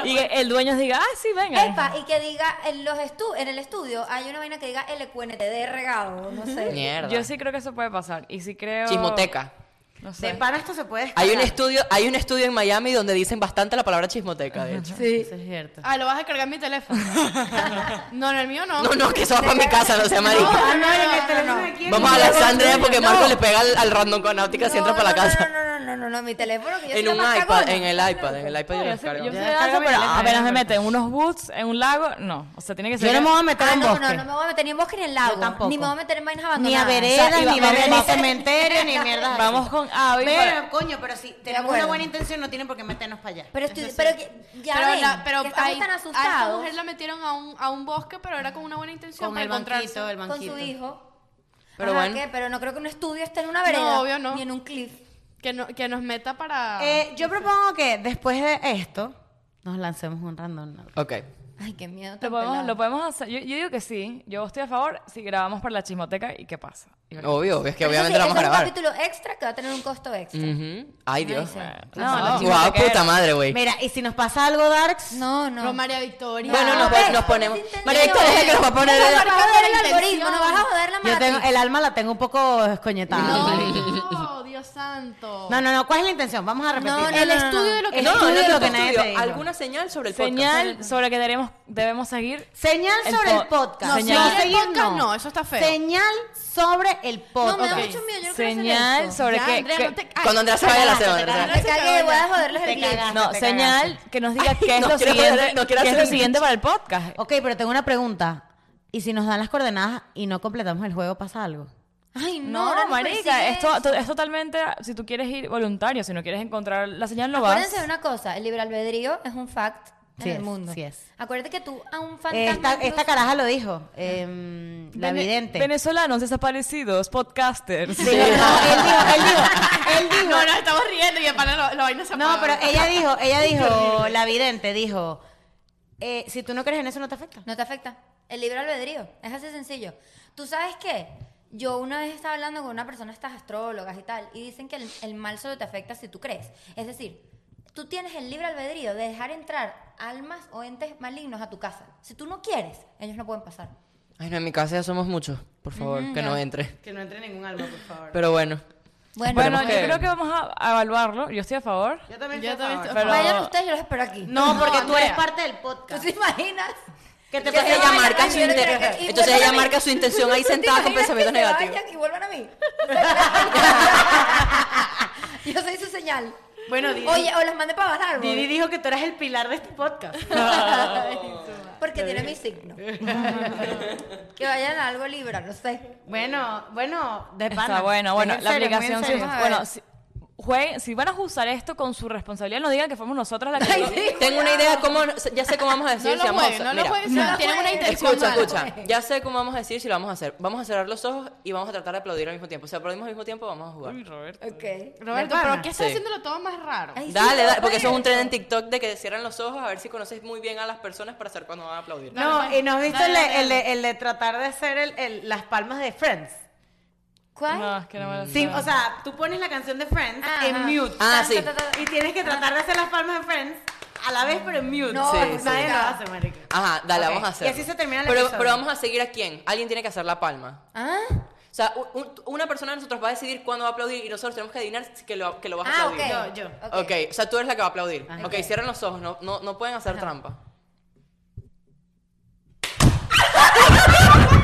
Speaker 1: Y que el dueño nos diga, ah, sí, venga.
Speaker 2: Epa, y que diga en, los estu en el estudio hay una vaina que diga LQNTD regado, no sé.
Speaker 3: Mierda.
Speaker 1: Yo sí creo que eso puede pasar. Y sí creo.
Speaker 3: Chismoteca.
Speaker 1: No
Speaker 4: De
Speaker 1: sé.
Speaker 4: pana esto se puede
Speaker 3: Hay un
Speaker 4: descargar.
Speaker 3: estudio, hay un estudio en Miami donde dicen bastante la palabra chismoteca, de hecho.
Speaker 4: Eso es cierto.
Speaker 5: Ah, lo vas a cargar en mi teléfono. no, en el mío no.
Speaker 3: No, no, que eso va para mi casa, no sea marica.
Speaker 4: Ah, no, en el
Speaker 5: no,
Speaker 4: teléfono de quién.
Speaker 3: Vamos a lanzar a Andrea porque Marco le pega al, al random con náutica si entra
Speaker 2: No,
Speaker 3: para la
Speaker 2: no, no,
Speaker 3: casa.
Speaker 2: No, no, no, no, no, mi teléfono que yo
Speaker 3: En
Speaker 2: soy
Speaker 3: un
Speaker 2: la más
Speaker 3: iPad,
Speaker 2: cagona.
Speaker 3: en el iPad, en el iPad yo lo
Speaker 1: Yo sé,
Speaker 3: descargo.
Speaker 1: yo sé
Speaker 4: Ya,
Speaker 1: danza,
Speaker 4: cárgame
Speaker 1: pero
Speaker 4: la letra,
Speaker 1: apenas me
Speaker 4: cárgame.
Speaker 1: meten unos boots en un lago, no. O sea, tiene que ser.
Speaker 4: Yo no me voy a meter
Speaker 2: Ah,
Speaker 4: en
Speaker 2: no,
Speaker 4: bosque.
Speaker 2: no, no me voy a meter ni en bosque ni en lago.
Speaker 4: Yo tampoco.
Speaker 2: Ni me voy a meter en vainas
Speaker 4: Ni a
Speaker 2: abandonadas.
Speaker 4: veredas,
Speaker 1: O sea, y
Speaker 4: ni
Speaker 1: va-
Speaker 4: a ni
Speaker 1: vamos-
Speaker 4: cementerio, ni mierda.
Speaker 1: Vamos con Abby. para-
Speaker 4: Pero, coño, pero si tenemos una
Speaker 2: acuerdo.
Speaker 4: buena intención, no tienen por qué meternos para allá.
Speaker 2: Pero, estoy, pero que- ya
Speaker 5: pero
Speaker 2: ven,
Speaker 5: la- pero
Speaker 2: que estamos
Speaker 5: hay-
Speaker 2: tan
Speaker 5: A esta
Speaker 2: asustados
Speaker 5: mujer la metieron a un, a un bosque, pero era con una buena intención
Speaker 4: Con
Speaker 5: para
Speaker 4: el
Speaker 5: encontrarse.
Speaker 4: banquito, el
Speaker 2: con
Speaker 4: banquito.
Speaker 2: su hijo.
Speaker 3: Pero
Speaker 2: Ajá,
Speaker 3: bueno.
Speaker 2: ¿qué? Pero no creo que un estudio esté en una vereda.
Speaker 5: No, obvio no.
Speaker 2: Ni en un cliff.
Speaker 4: Ah.
Speaker 2: Eh,
Speaker 5: Que, no- que nos meta para...
Speaker 4: Eh, yo propongo que después de esto, Nos lancemos un random note.
Speaker 3: Ok.
Speaker 2: Ay, qué miedo. tan
Speaker 1: Lo podemos,
Speaker 2: pelado.
Speaker 1: lo podemos hacer. Yo, yo digo que sí. Yo estoy a favor si grabamos para la chismoteca y qué pasa. Y ver-
Speaker 3: Obvio, obvio, es que
Speaker 2: Pero eso
Speaker 3: obviamente lo
Speaker 2: sí,
Speaker 3: vamos a
Speaker 2: ese
Speaker 3: grabar.
Speaker 2: Es un capítulo extra que va a tener un costo extra.
Speaker 3: Ujú. Ay, Dios.
Speaker 2: sí.
Speaker 1: No, la
Speaker 3: Guau,
Speaker 1: chismotequera.
Speaker 3: puta madre, güey.
Speaker 4: Mira, y si nos pasa algo,
Speaker 3: Mm.
Speaker 4: Darks.
Speaker 2: No, no.
Speaker 5: Pero María Victoria.
Speaker 3: Bueno,
Speaker 2: no,
Speaker 3: nos, pon-
Speaker 2: ve,
Speaker 3: nos ponemos.
Speaker 2: sí te
Speaker 3: María
Speaker 2: digo,
Speaker 3: Victoria es la
Speaker 2: ve.
Speaker 3: que nos va a poner.
Speaker 2: Nos vas
Speaker 3: el-
Speaker 2: a joder el
Speaker 5: intención.
Speaker 2: algoritmo, nos vas a joder la
Speaker 4: Yo tengo,
Speaker 2: matriz.
Speaker 4: el alma la tengo un poco escoñetada.
Speaker 5: No, Dios santo.
Speaker 4: No, no, no. ¿Cuál es la intención? Vamos a repetir.
Speaker 2: No, no,
Speaker 5: El
Speaker 2: no,
Speaker 5: estudio de lo que
Speaker 4: No,
Speaker 5: estudio
Speaker 4: no,
Speaker 5: de
Speaker 4: no,
Speaker 5: lo que
Speaker 4: no. nadie te dijo.
Speaker 3: Alguna señal sobre el
Speaker 1: Señal sobre que debemos, debemos seguir.
Speaker 4: Señal
Speaker 1: El
Speaker 4: sobre el
Speaker 1: po-
Speaker 4: podcast.
Speaker 1: No,
Speaker 5: señal
Speaker 4: No,
Speaker 5: del
Speaker 4: seguir
Speaker 5: podcast no, eso está feo.
Speaker 4: Señal sobre el
Speaker 2: No, me
Speaker 4: podcast.
Speaker 2: da
Speaker 5: Ok.
Speaker 2: mucho miedo, yo no quiero hacer
Speaker 1: Señal
Speaker 2: eso.
Speaker 1: sobre
Speaker 5: Ya,
Speaker 1: que.
Speaker 5: Andrea,
Speaker 1: que- ah,
Speaker 5: no te- Ay,
Speaker 3: Cuando Andrea se vaya la
Speaker 4: te
Speaker 3: semana.
Speaker 4: cagaste,
Speaker 3: Andrea.
Speaker 2: Me cagué, voy a joderles
Speaker 4: Te
Speaker 2: el clip.
Speaker 4: cagaste.
Speaker 1: no,
Speaker 4: te
Speaker 1: señal
Speaker 4: cagaste.
Speaker 1: que nos diga qué es
Speaker 3: no
Speaker 1: lo
Speaker 3: quiero
Speaker 1: siguiente,
Speaker 3: hacer- no quiero
Speaker 1: qué es
Speaker 3: hacer
Speaker 1: lo
Speaker 3: el
Speaker 1: siguiente para el podcast.
Speaker 4: Ok, pero tengo una pregunta. ¿Y si nos dan las coordenadas y no completamos el juego, pasa algo?
Speaker 2: Ay, no,
Speaker 1: No,
Speaker 2: ahora nos
Speaker 1: marica,
Speaker 2: persigue
Speaker 1: esto
Speaker 2: eso.
Speaker 1: to- es totalmente si tú quieres ir voluntario, si no quieres encontrar la señal no vas.
Speaker 2: Acuérdense de una cosa, el libre albedrío es un fact en
Speaker 4: Sí
Speaker 2: el
Speaker 4: es,
Speaker 2: mundo.
Speaker 4: sí es.
Speaker 2: Acuérdate que tú a un fantasma...
Speaker 4: Esta,
Speaker 2: incluso-
Speaker 4: esta caraja lo dijo. em, la
Speaker 1: Vene-
Speaker 4: vidente.
Speaker 1: Venezolanos desaparecidos, podcasters.
Speaker 4: Sí, no, él dijo, él dijo, él dijo.
Speaker 5: No, nos estamos riendo y de pana lo, lo vaina se
Speaker 4: No, pero
Speaker 5: apaga.
Speaker 4: ella dijo, ella dijo, la vidente dijo, eh, si tú no crees en eso no te afecta.
Speaker 2: No te afecta. El libre albedrío. Es así sencillo. ¿Tú sabes qué? Yo una vez estaba hablando con una persona, estas astrólogas y tal, y dicen que el, el mal solo te afecta si tú crees. Es decir, tú tienes el libre albedrío de dejar entrar almas o entes malignos a tu casa. Si tú no quieres, ellos no pueden pasar.
Speaker 3: Ay, no, en mi casa ya somos muchos. Por favor,
Speaker 2: Ujú,
Speaker 3: que
Speaker 2: ya.
Speaker 3: no entre.
Speaker 4: Que no entre ningún alma, por favor.
Speaker 3: Pero bueno.
Speaker 2: Bueno,
Speaker 1: Bueno,
Speaker 3: Esperemos
Speaker 1: yo
Speaker 3: que-
Speaker 1: creo que vamos a a evaluarlo. Yo estoy a favor.
Speaker 4: Yo también
Speaker 5: Yo
Speaker 4: estoy a
Speaker 5: también
Speaker 4: favor.
Speaker 5: estoy-
Speaker 1: Pero-
Speaker 2: vayan ustedes, yo los espero aquí.
Speaker 4: No, porque tú eres
Speaker 5: Andrea.
Speaker 4: parte del
Speaker 2: ¿Tú
Speaker 4: podcast.
Speaker 2: te imaginas?
Speaker 4: Que te
Speaker 3: Entonces
Speaker 4: pase
Speaker 3: ella
Speaker 2: vayan
Speaker 3: marca
Speaker 2: a
Speaker 3: su
Speaker 2: mí,
Speaker 3: inten-
Speaker 2: yo creo que- y
Speaker 3: Entonces ella
Speaker 2: vuelvan a mí.
Speaker 3: marca su intención ahí sentada con
Speaker 2: ¿Te imaginas que
Speaker 3: pensamientos
Speaker 2: se
Speaker 3: negativos.
Speaker 2: vayan y vuelvan a mí. yo soy su señal.
Speaker 4: Bueno, Didi,
Speaker 2: Oye, o las mandé para bajar. güey.
Speaker 4: Didi dijo que tú eras el pilar de este podcast.
Speaker 2: Porque tiene mi signo. que vayan a algo libre, no sé.
Speaker 4: bueno, bueno, de pana.
Speaker 1: Está bueno, bueno,
Speaker 4: Muy en
Speaker 1: la
Speaker 4: serio, muy en
Speaker 1: aplicación sí.
Speaker 4: serio.
Speaker 2: serio.
Speaker 1: Bueno, si, jueguen- si van a usar esto con su responsabilidad, no digan que fuimos nosotras las que
Speaker 2: Ay, sí.
Speaker 3: Tengo una idea de cómo. Ya sé cómo vamos a decir
Speaker 5: No
Speaker 3: si
Speaker 5: lo
Speaker 3: vamos a
Speaker 5: jueguen,
Speaker 3: usar-
Speaker 5: no lo
Speaker 3: mira.
Speaker 5: jueguen.
Speaker 2: No
Speaker 5: si
Speaker 2: lo
Speaker 5: Tienen una
Speaker 2: jueguen.
Speaker 5: intención
Speaker 3: Escucha,
Speaker 5: mala.
Speaker 3: escucha. Ya sé cómo vamos a decir si lo vamos a hacer. Vamos a cerrar los ojos y vamos a tratar de aplaudir al mismo tiempo. Si aplaudimos al mismo tiempo, vamos a jugar.
Speaker 2: Ok.
Speaker 5: Roberto,
Speaker 4: De pana.
Speaker 5: ¿pero qué estás
Speaker 3: Sí.
Speaker 5: haciéndolo todo más raro?
Speaker 2: Ay, sí,
Speaker 3: Dale,
Speaker 2: no,
Speaker 3: dale, porque eso es un
Speaker 2: eso.
Speaker 3: tren en TikTok de que cierran los ojos a ver si conoces muy bien a las personas para hacer cuando van a aplaudir.
Speaker 4: No,
Speaker 5: Dale,
Speaker 4: y nos
Speaker 5: dale,
Speaker 4: viste el, de-
Speaker 5: dale,
Speaker 4: el de, el de tratar de hacer el- el- las palmas de Friends.
Speaker 2: ¿Cuál?
Speaker 1: No,
Speaker 3: Ah,
Speaker 1: es que no me lo
Speaker 4: Sí, o sea, tú pones la canción de Friends
Speaker 2: Ajá.
Speaker 4: en mute.
Speaker 3: Ah,
Speaker 2: Ta,
Speaker 3: sí.
Speaker 2: ta, ta, ta.
Speaker 4: Y tienes que tratar de hacer las palmas de Friends a la vez, pero en mute.
Speaker 2: No,
Speaker 3: Sí,
Speaker 4: nadie
Speaker 3: sí.
Speaker 4: lo hace, marica.
Speaker 3: Ajá, dale,
Speaker 4: Ok,
Speaker 3: vamos a hacer.
Speaker 4: y así se termina el
Speaker 3: pero,
Speaker 4: episodio.
Speaker 3: pero vamos a seguir a quién. Alguien tiene que hacer la palma.
Speaker 2: Ah,
Speaker 3: O sea, u- u- una persona de nosotros va a decidir cuándo va a aplaudir y nosotros tenemos que adivinar si que lo, que lo vas a
Speaker 2: ah ok.
Speaker 3: aplaudir.
Speaker 4: Yo, yo.
Speaker 2: Ok.
Speaker 3: ok, o sea, tú eres la que va a aplaudir.
Speaker 4: Ajá.
Speaker 3: Ok, cierran los ojos, no, no, no pueden hacer trampa.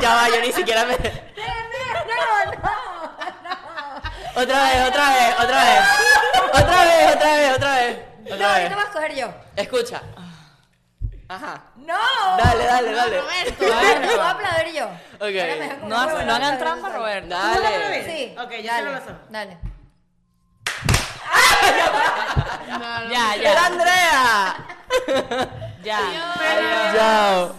Speaker 3: ya va, yo ni siquiera me. Otra vez, otra vez, otra vez. Otra vez, otra vez, otra vez.
Speaker 2: No,
Speaker 3: Otra
Speaker 2: ahorita
Speaker 3: vez.
Speaker 2: voy a escoger yo.
Speaker 3: Escucha. Ajá.
Speaker 2: ¡No!
Speaker 3: Dale, dale, dale.
Speaker 2: Ahora te voy a aplaudir yo. Ahora me dejan
Speaker 3: Ok.
Speaker 2: como
Speaker 1: No,
Speaker 2: una
Speaker 1: ha-
Speaker 2: huevona
Speaker 1: no hagan
Speaker 2: otra vez.
Speaker 1: trampa, Roberto.
Speaker 3: Dale.
Speaker 2: Sí.
Speaker 4: Ok, yo
Speaker 2: dale,
Speaker 4: cierro los ojos.
Speaker 2: Dale.
Speaker 5: No, no,
Speaker 1: Ya,
Speaker 3: ¡Era
Speaker 1: ya,
Speaker 3: Andrea!
Speaker 1: ya.
Speaker 3: Chao.